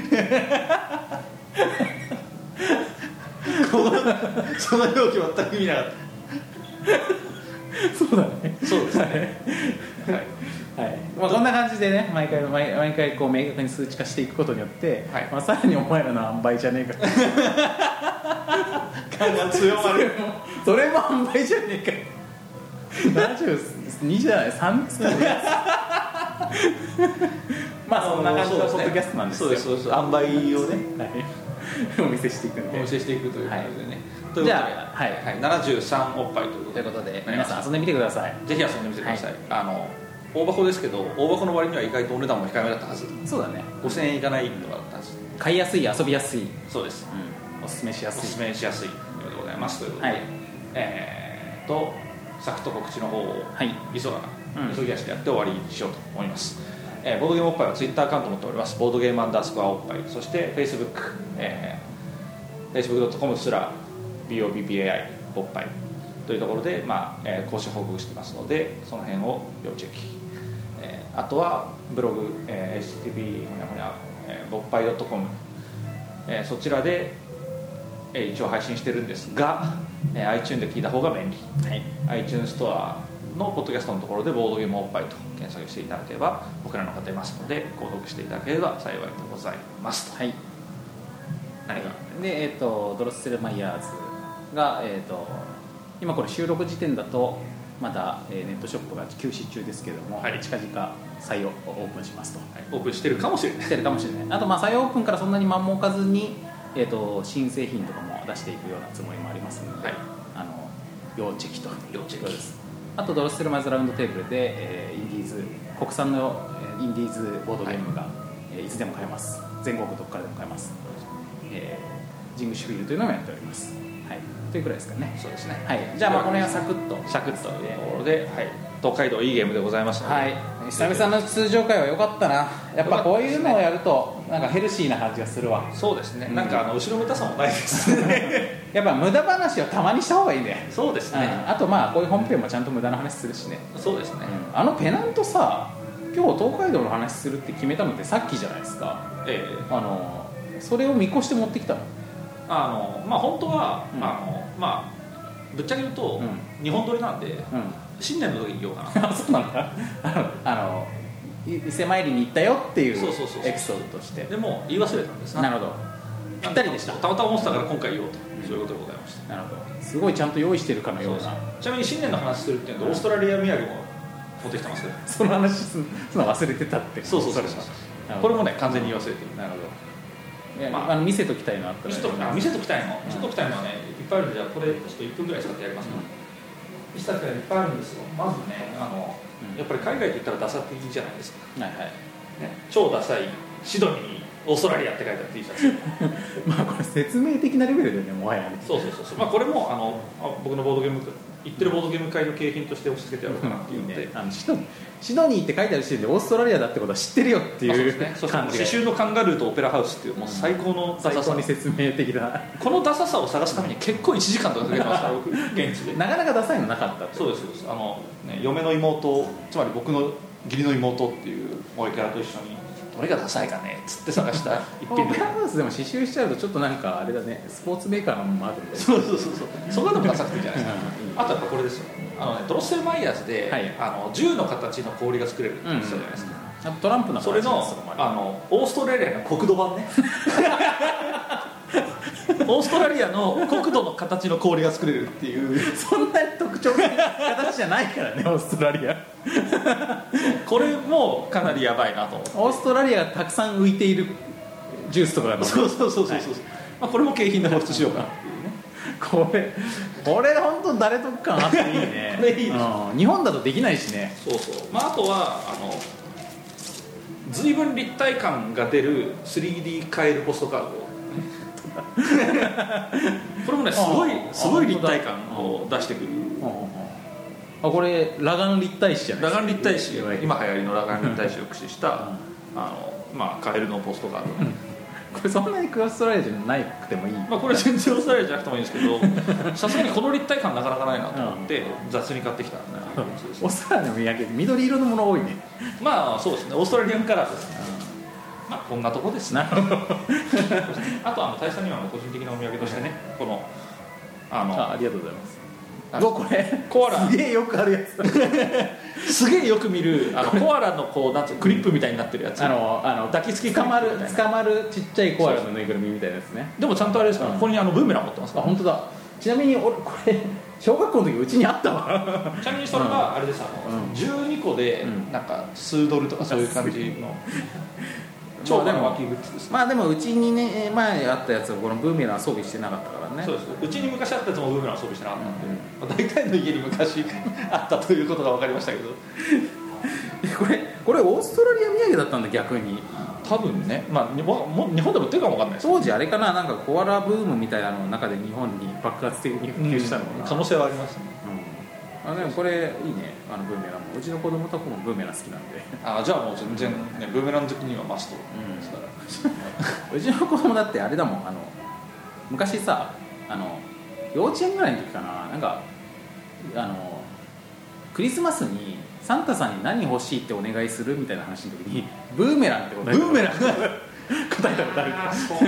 Speaker 3: この その表記全く意味なかっ
Speaker 2: そうだね
Speaker 3: たそうですねはい
Speaker 2: はいまあ、こんな感じでね毎回毎毎回こう明確に数値化していくことによって、
Speaker 3: はい
Speaker 2: まあ、さらにお前らの塩梅じゃねえか
Speaker 3: 感が強まる
Speaker 2: それも塩梅じゃねえか72じゃない3ですかねまあそんな感じのポッドキャストなんですよ
Speaker 3: そうですそうです塩梅をね
Speaker 2: はい、お見せしていくん
Speaker 3: お
Speaker 2: で
Speaker 3: 見せしていくということでね、ということで
Speaker 2: じゃあはい、
Speaker 3: はい、73おっぱいということ
Speaker 2: とい
Speaker 3: で
Speaker 2: うことで
Speaker 3: なり
Speaker 2: 皆
Speaker 3: ました
Speaker 2: さん遊んでみてください
Speaker 3: ぜひ遊んでみてください、あの大箱ですけど大箱の割には意外とお値段も控えめだったはず
Speaker 2: そうだね
Speaker 3: 5000円いかないとかだったはず
Speaker 2: 買いやすい遊びやすい、
Speaker 3: そうです
Speaker 2: おすすめしや
Speaker 3: おす
Speaker 2: す
Speaker 3: すめしやすいということでございますというこ
Speaker 2: い
Speaker 3: とで、
Speaker 2: はい
Speaker 3: えーっと作と告知の方を
Speaker 2: はい
Speaker 3: 急がな、
Speaker 2: うん
Speaker 3: 急ぎ足でやって終わりにしようと思います、えーボードゲームおっぱいはツイッターアカウント持っておりますボードゲームアンダースコアおっぱいそしてフェイスブック、えー、facebook.com すら BOBPAI おっぱいというところで、まあえー更新報告してますのでその辺を要チェック、えーあとはブログ、えー HTTP ほにゃほにゃ、えー、おっぱい .com、えーそちらで、えー一応配信してるんですが、えー iTunes で聞いた方が便利
Speaker 2: はい
Speaker 3: iTunes ストアのポッドキャストのところでボードゲームおっぱいと検索していただければ僕らの方いますので購読していただければ幸いでございますと
Speaker 2: はい
Speaker 3: 何か
Speaker 2: で、えー、とドロッセルマイヤーズが、えー、と今これ収録時点だとまだ、えーネットショップが休止中ですけども、
Speaker 3: はい
Speaker 2: 近々再オープンしますと
Speaker 3: はいオープンしてるかもしれない
Speaker 2: してるかもしれないあとまあ再オープンからそんなに間も置かずに、えー、と新製品とかも出していくようなつもりもありますので、
Speaker 3: はい
Speaker 2: あの要チェキと
Speaker 3: 要チェキ
Speaker 2: ですあとドロッセルマイズラウンドテーブルで、えーインディーズ国産のえーインディーズボードゲームが、えーいつでも買えます全国どこからでも買えますえー、ジングシュフィールというのもやっております、はい、というくらいですかね
Speaker 3: そうですね
Speaker 2: はいじゃあまあこの辺はサクッと
Speaker 3: サクッというところで、はい、東海道いいゲームでございますので
Speaker 2: はい久々の通常会は良かったなやっぱこういうのをやるとなんかヘルシーな感じがするわ
Speaker 3: そうですね、
Speaker 2: うん
Speaker 3: なんかあの後ろめたさもないです
Speaker 2: やっぱ無駄話をたまにした方がいいね、
Speaker 3: そうです
Speaker 2: うん、
Speaker 3: ね、
Speaker 2: あとまあこういう本編もちゃんと無駄な話するしね、
Speaker 3: そうですね
Speaker 2: う、ん、あのペナントさ今日東海道の話するって決めたのってさっきじゃないですか
Speaker 3: ええ
Speaker 2: あのそれを見越して持ってきたの
Speaker 3: あのまあ本当は、
Speaker 2: うん
Speaker 3: あのまあぶっちゃけ言うと、
Speaker 2: う
Speaker 3: 日本撮りなんで
Speaker 2: うん
Speaker 3: 新年の時に言おうかな
Speaker 2: あそうなんだあのあのい伊勢参りに行ったよっていう
Speaker 3: そうそうそうそう
Speaker 2: エピソードとして
Speaker 3: でも言い忘れたんです
Speaker 2: なるほどぴったりでした
Speaker 3: たまたま思ってたから今回言おうと、そういうことでございました
Speaker 2: なるほどすごいちゃんと用意してるかのような
Speaker 3: ちなみに新年の話するっていうのでオーストラリア土産も持ってきてますけど
Speaker 2: その話すんすんの忘れてたって
Speaker 3: そうそうそう
Speaker 2: れ
Speaker 3: そう
Speaker 2: なるほ
Speaker 3: こ
Speaker 2: ど
Speaker 3: れもね完全に言い忘れてる
Speaker 2: なるほどいや
Speaker 3: まあ
Speaker 2: あの見せときたいのあった
Speaker 3: 見
Speaker 2: ら
Speaker 3: せとあ見せときたいの、
Speaker 2: うん
Speaker 3: 見せときたいのはねいっぱいあるんでじゃあこれちょっと1分ぐらい使ってやりますか、見せたくたいのいっぱいあるんですよまずねあの、
Speaker 2: うん
Speaker 3: やっぱり海外といったらダサ T じゃないですか、
Speaker 2: はいはい
Speaker 3: ね、超ダサいシドニーオーストラリアって書いてある T シャツ
Speaker 2: まあこれ説明的なレベルでねもはや
Speaker 3: そうそうそうそう、まあ、これもあのあ僕のボードゲーム行ってるボードゲーム会の景品として押し付けてやろうかなっていうので、
Speaker 2: ねあのシドニーシドニーって書いてある時点でオーストラリアだってことは知ってるよって
Speaker 3: まあそう
Speaker 2: い
Speaker 3: で
Speaker 2: う
Speaker 3: すねそうそう
Speaker 2: 感じが
Speaker 3: 刺繍のカンガルーとオペラハウスっていうもう最高のダ
Speaker 2: 最
Speaker 3: サさ、
Speaker 2: 高に説明的な
Speaker 3: このダサさを探すために結構1時間とかかけてますから僕現地で
Speaker 2: なかなかダサいのなかったって
Speaker 3: そうですそうですあの、ね、嫁の妹つまり僕の義理の妹っていう萌えキャラと一緒にどれがダサいかねっつって探した一
Speaker 2: オ
Speaker 3: 品
Speaker 2: ペ
Speaker 3: で
Speaker 2: ラハウスでも刺繍しちゃうとちょっとなんかあれだねスポーツメーカーのマークみたいな
Speaker 3: そうそうそうそうそこはでもダサくていいじゃないですか
Speaker 2: うん
Speaker 3: あとやっぱこれですよあの、ね、ドロッセルマイヤーズで、
Speaker 2: はい
Speaker 3: あの銃の形の氷が作れるって
Speaker 2: う
Speaker 3: 言
Speaker 2: ん
Speaker 3: ってたじゃないですか、
Speaker 2: あとトランプの話
Speaker 3: それの
Speaker 2: ですとかもある
Speaker 3: あのオーストラリアの国土版ね オーストラリアの国土の形の氷が作れるっていう
Speaker 2: そんな特徴的な形じゃないからねオーストラリア
Speaker 3: これもかなりやばいなと思って
Speaker 2: オーストラリアがたくさん浮いているジュースとかが載ってる
Speaker 3: そうそうそうそうそう、まあ、これも景品で保出しようかなっていうね
Speaker 2: これこれ本当誰得感あっていいね
Speaker 3: これいいでし
Speaker 2: うん日本だとできないしね
Speaker 3: そうそうまああとはあの随分立体感が出る 3D カエルポスト カードこれもねすごい
Speaker 2: ああ
Speaker 3: すごい
Speaker 2: あ
Speaker 3: 立体感を出してくる
Speaker 2: あこれ裸眼立体視じゃない
Speaker 3: 裸眼立体視
Speaker 2: いわゆる
Speaker 3: 今流行りの裸眼立体視を駆使した、
Speaker 2: ん
Speaker 3: あのまあ、カエルのポストカード、
Speaker 2: これそんなにクアストラリアじゃなくてもいい
Speaker 3: まあ、これ全然オーストラリアじゃなくてもいいんですけ どさすがにこの立体感なかなかないなと思って、雑に買ってきた、
Speaker 2: オーストラリアの土産緑色のもの多いね
Speaker 3: まあそうですねオーストラリアンカラーですね、まあこんなとこですね
Speaker 2: な るほど
Speaker 3: あとあの大佐にはもう個人的なお土産としてねこのあの
Speaker 2: あありがとうございます
Speaker 3: あ
Speaker 2: うわこれ
Speaker 3: コアラ
Speaker 2: すげえよくあるやつ
Speaker 3: すげえよく見るあのコアラのこうなんていうクリップみたいになってるやつ
Speaker 2: あのあの抱きつき捕まる捕まるちっちゃいコアラのぬいぐるみみたいなやつね
Speaker 3: でもちゃんとあれですから、
Speaker 2: うん
Speaker 3: ここにあのブーメラン持ってます
Speaker 2: あ
Speaker 3: か
Speaker 2: 本当だちなみに俺これ小学校の時うちにあったわ
Speaker 3: らちなみにそれがあれですあの、
Speaker 2: うん
Speaker 3: 12個で
Speaker 2: うん
Speaker 3: なんか数ドルとかそういう感じの超でも秋グッズですね
Speaker 2: まあでもうちにね前あったやつはこのブーメラン装備してなかったからね
Speaker 3: そうですうちに昔あったやつもブーメラン装備してなかったんで、まあ、大体の家に昔あったということが分かりましたけど
Speaker 2: これこれオーストラリア土産だったんだ逆に
Speaker 3: 多分ね、まあ、にもも日本でも売ってるかも分かんないです
Speaker 2: 当時あれかななんかコアラブームみたいなのの中で日本に爆発的に普及したのかな、
Speaker 3: 可能性はありますね
Speaker 2: うんあでもこれいいねあのブーメランもうちの子供とかもブーメラン好きなんで
Speaker 3: あじゃあもう全然ねブーメラン好きにはマストですから、
Speaker 2: うちの子供だってあれだもんあの昔さあの幼稚園ぐらいの時かななんかあのクリスマスにサンタさんに何欲しいってお願いするみたいな話の時にブーメランって 答えた
Speaker 3: ブーメラ
Speaker 2: ン
Speaker 3: ン
Speaker 2: 答えたことある
Speaker 3: あそう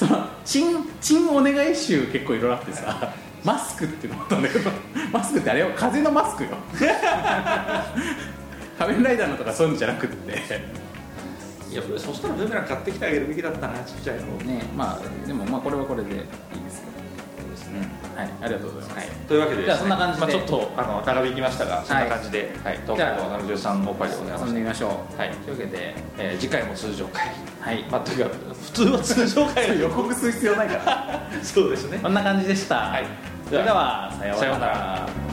Speaker 2: そのチンチンお願い集結構いろいろあってさマスクっていうのもあったんだけ どマスクってあれよ風のマスクよ 仮面ライダーのとかそういうんじゃなくって
Speaker 3: いやそしたらブーメラン買ってきてあげるべきだったなちっちゃいの
Speaker 2: ねまあでもまあこれはこれでいいですよ
Speaker 3: ですね
Speaker 2: はいありがとうございます、
Speaker 3: というわけでです、ね、
Speaker 2: じゃあそんな感じで
Speaker 3: まあ、ちょっとあの長引きましたがそんな感じで、はい東京
Speaker 2: じゃあ
Speaker 3: の73おっぱいでございま
Speaker 2: 遊
Speaker 3: し
Speaker 2: ん
Speaker 3: た
Speaker 2: でみましょう
Speaker 3: はい
Speaker 2: というわけで
Speaker 3: えー次回も通常会
Speaker 2: はい、
Speaker 3: まあというか普通は通常会の
Speaker 2: 告 する必要ないから
Speaker 3: そうですね
Speaker 2: こんな感じでした、
Speaker 3: はい
Speaker 2: それではさよう
Speaker 3: さよう
Speaker 2: な
Speaker 3: な
Speaker 2: ら
Speaker 3: ら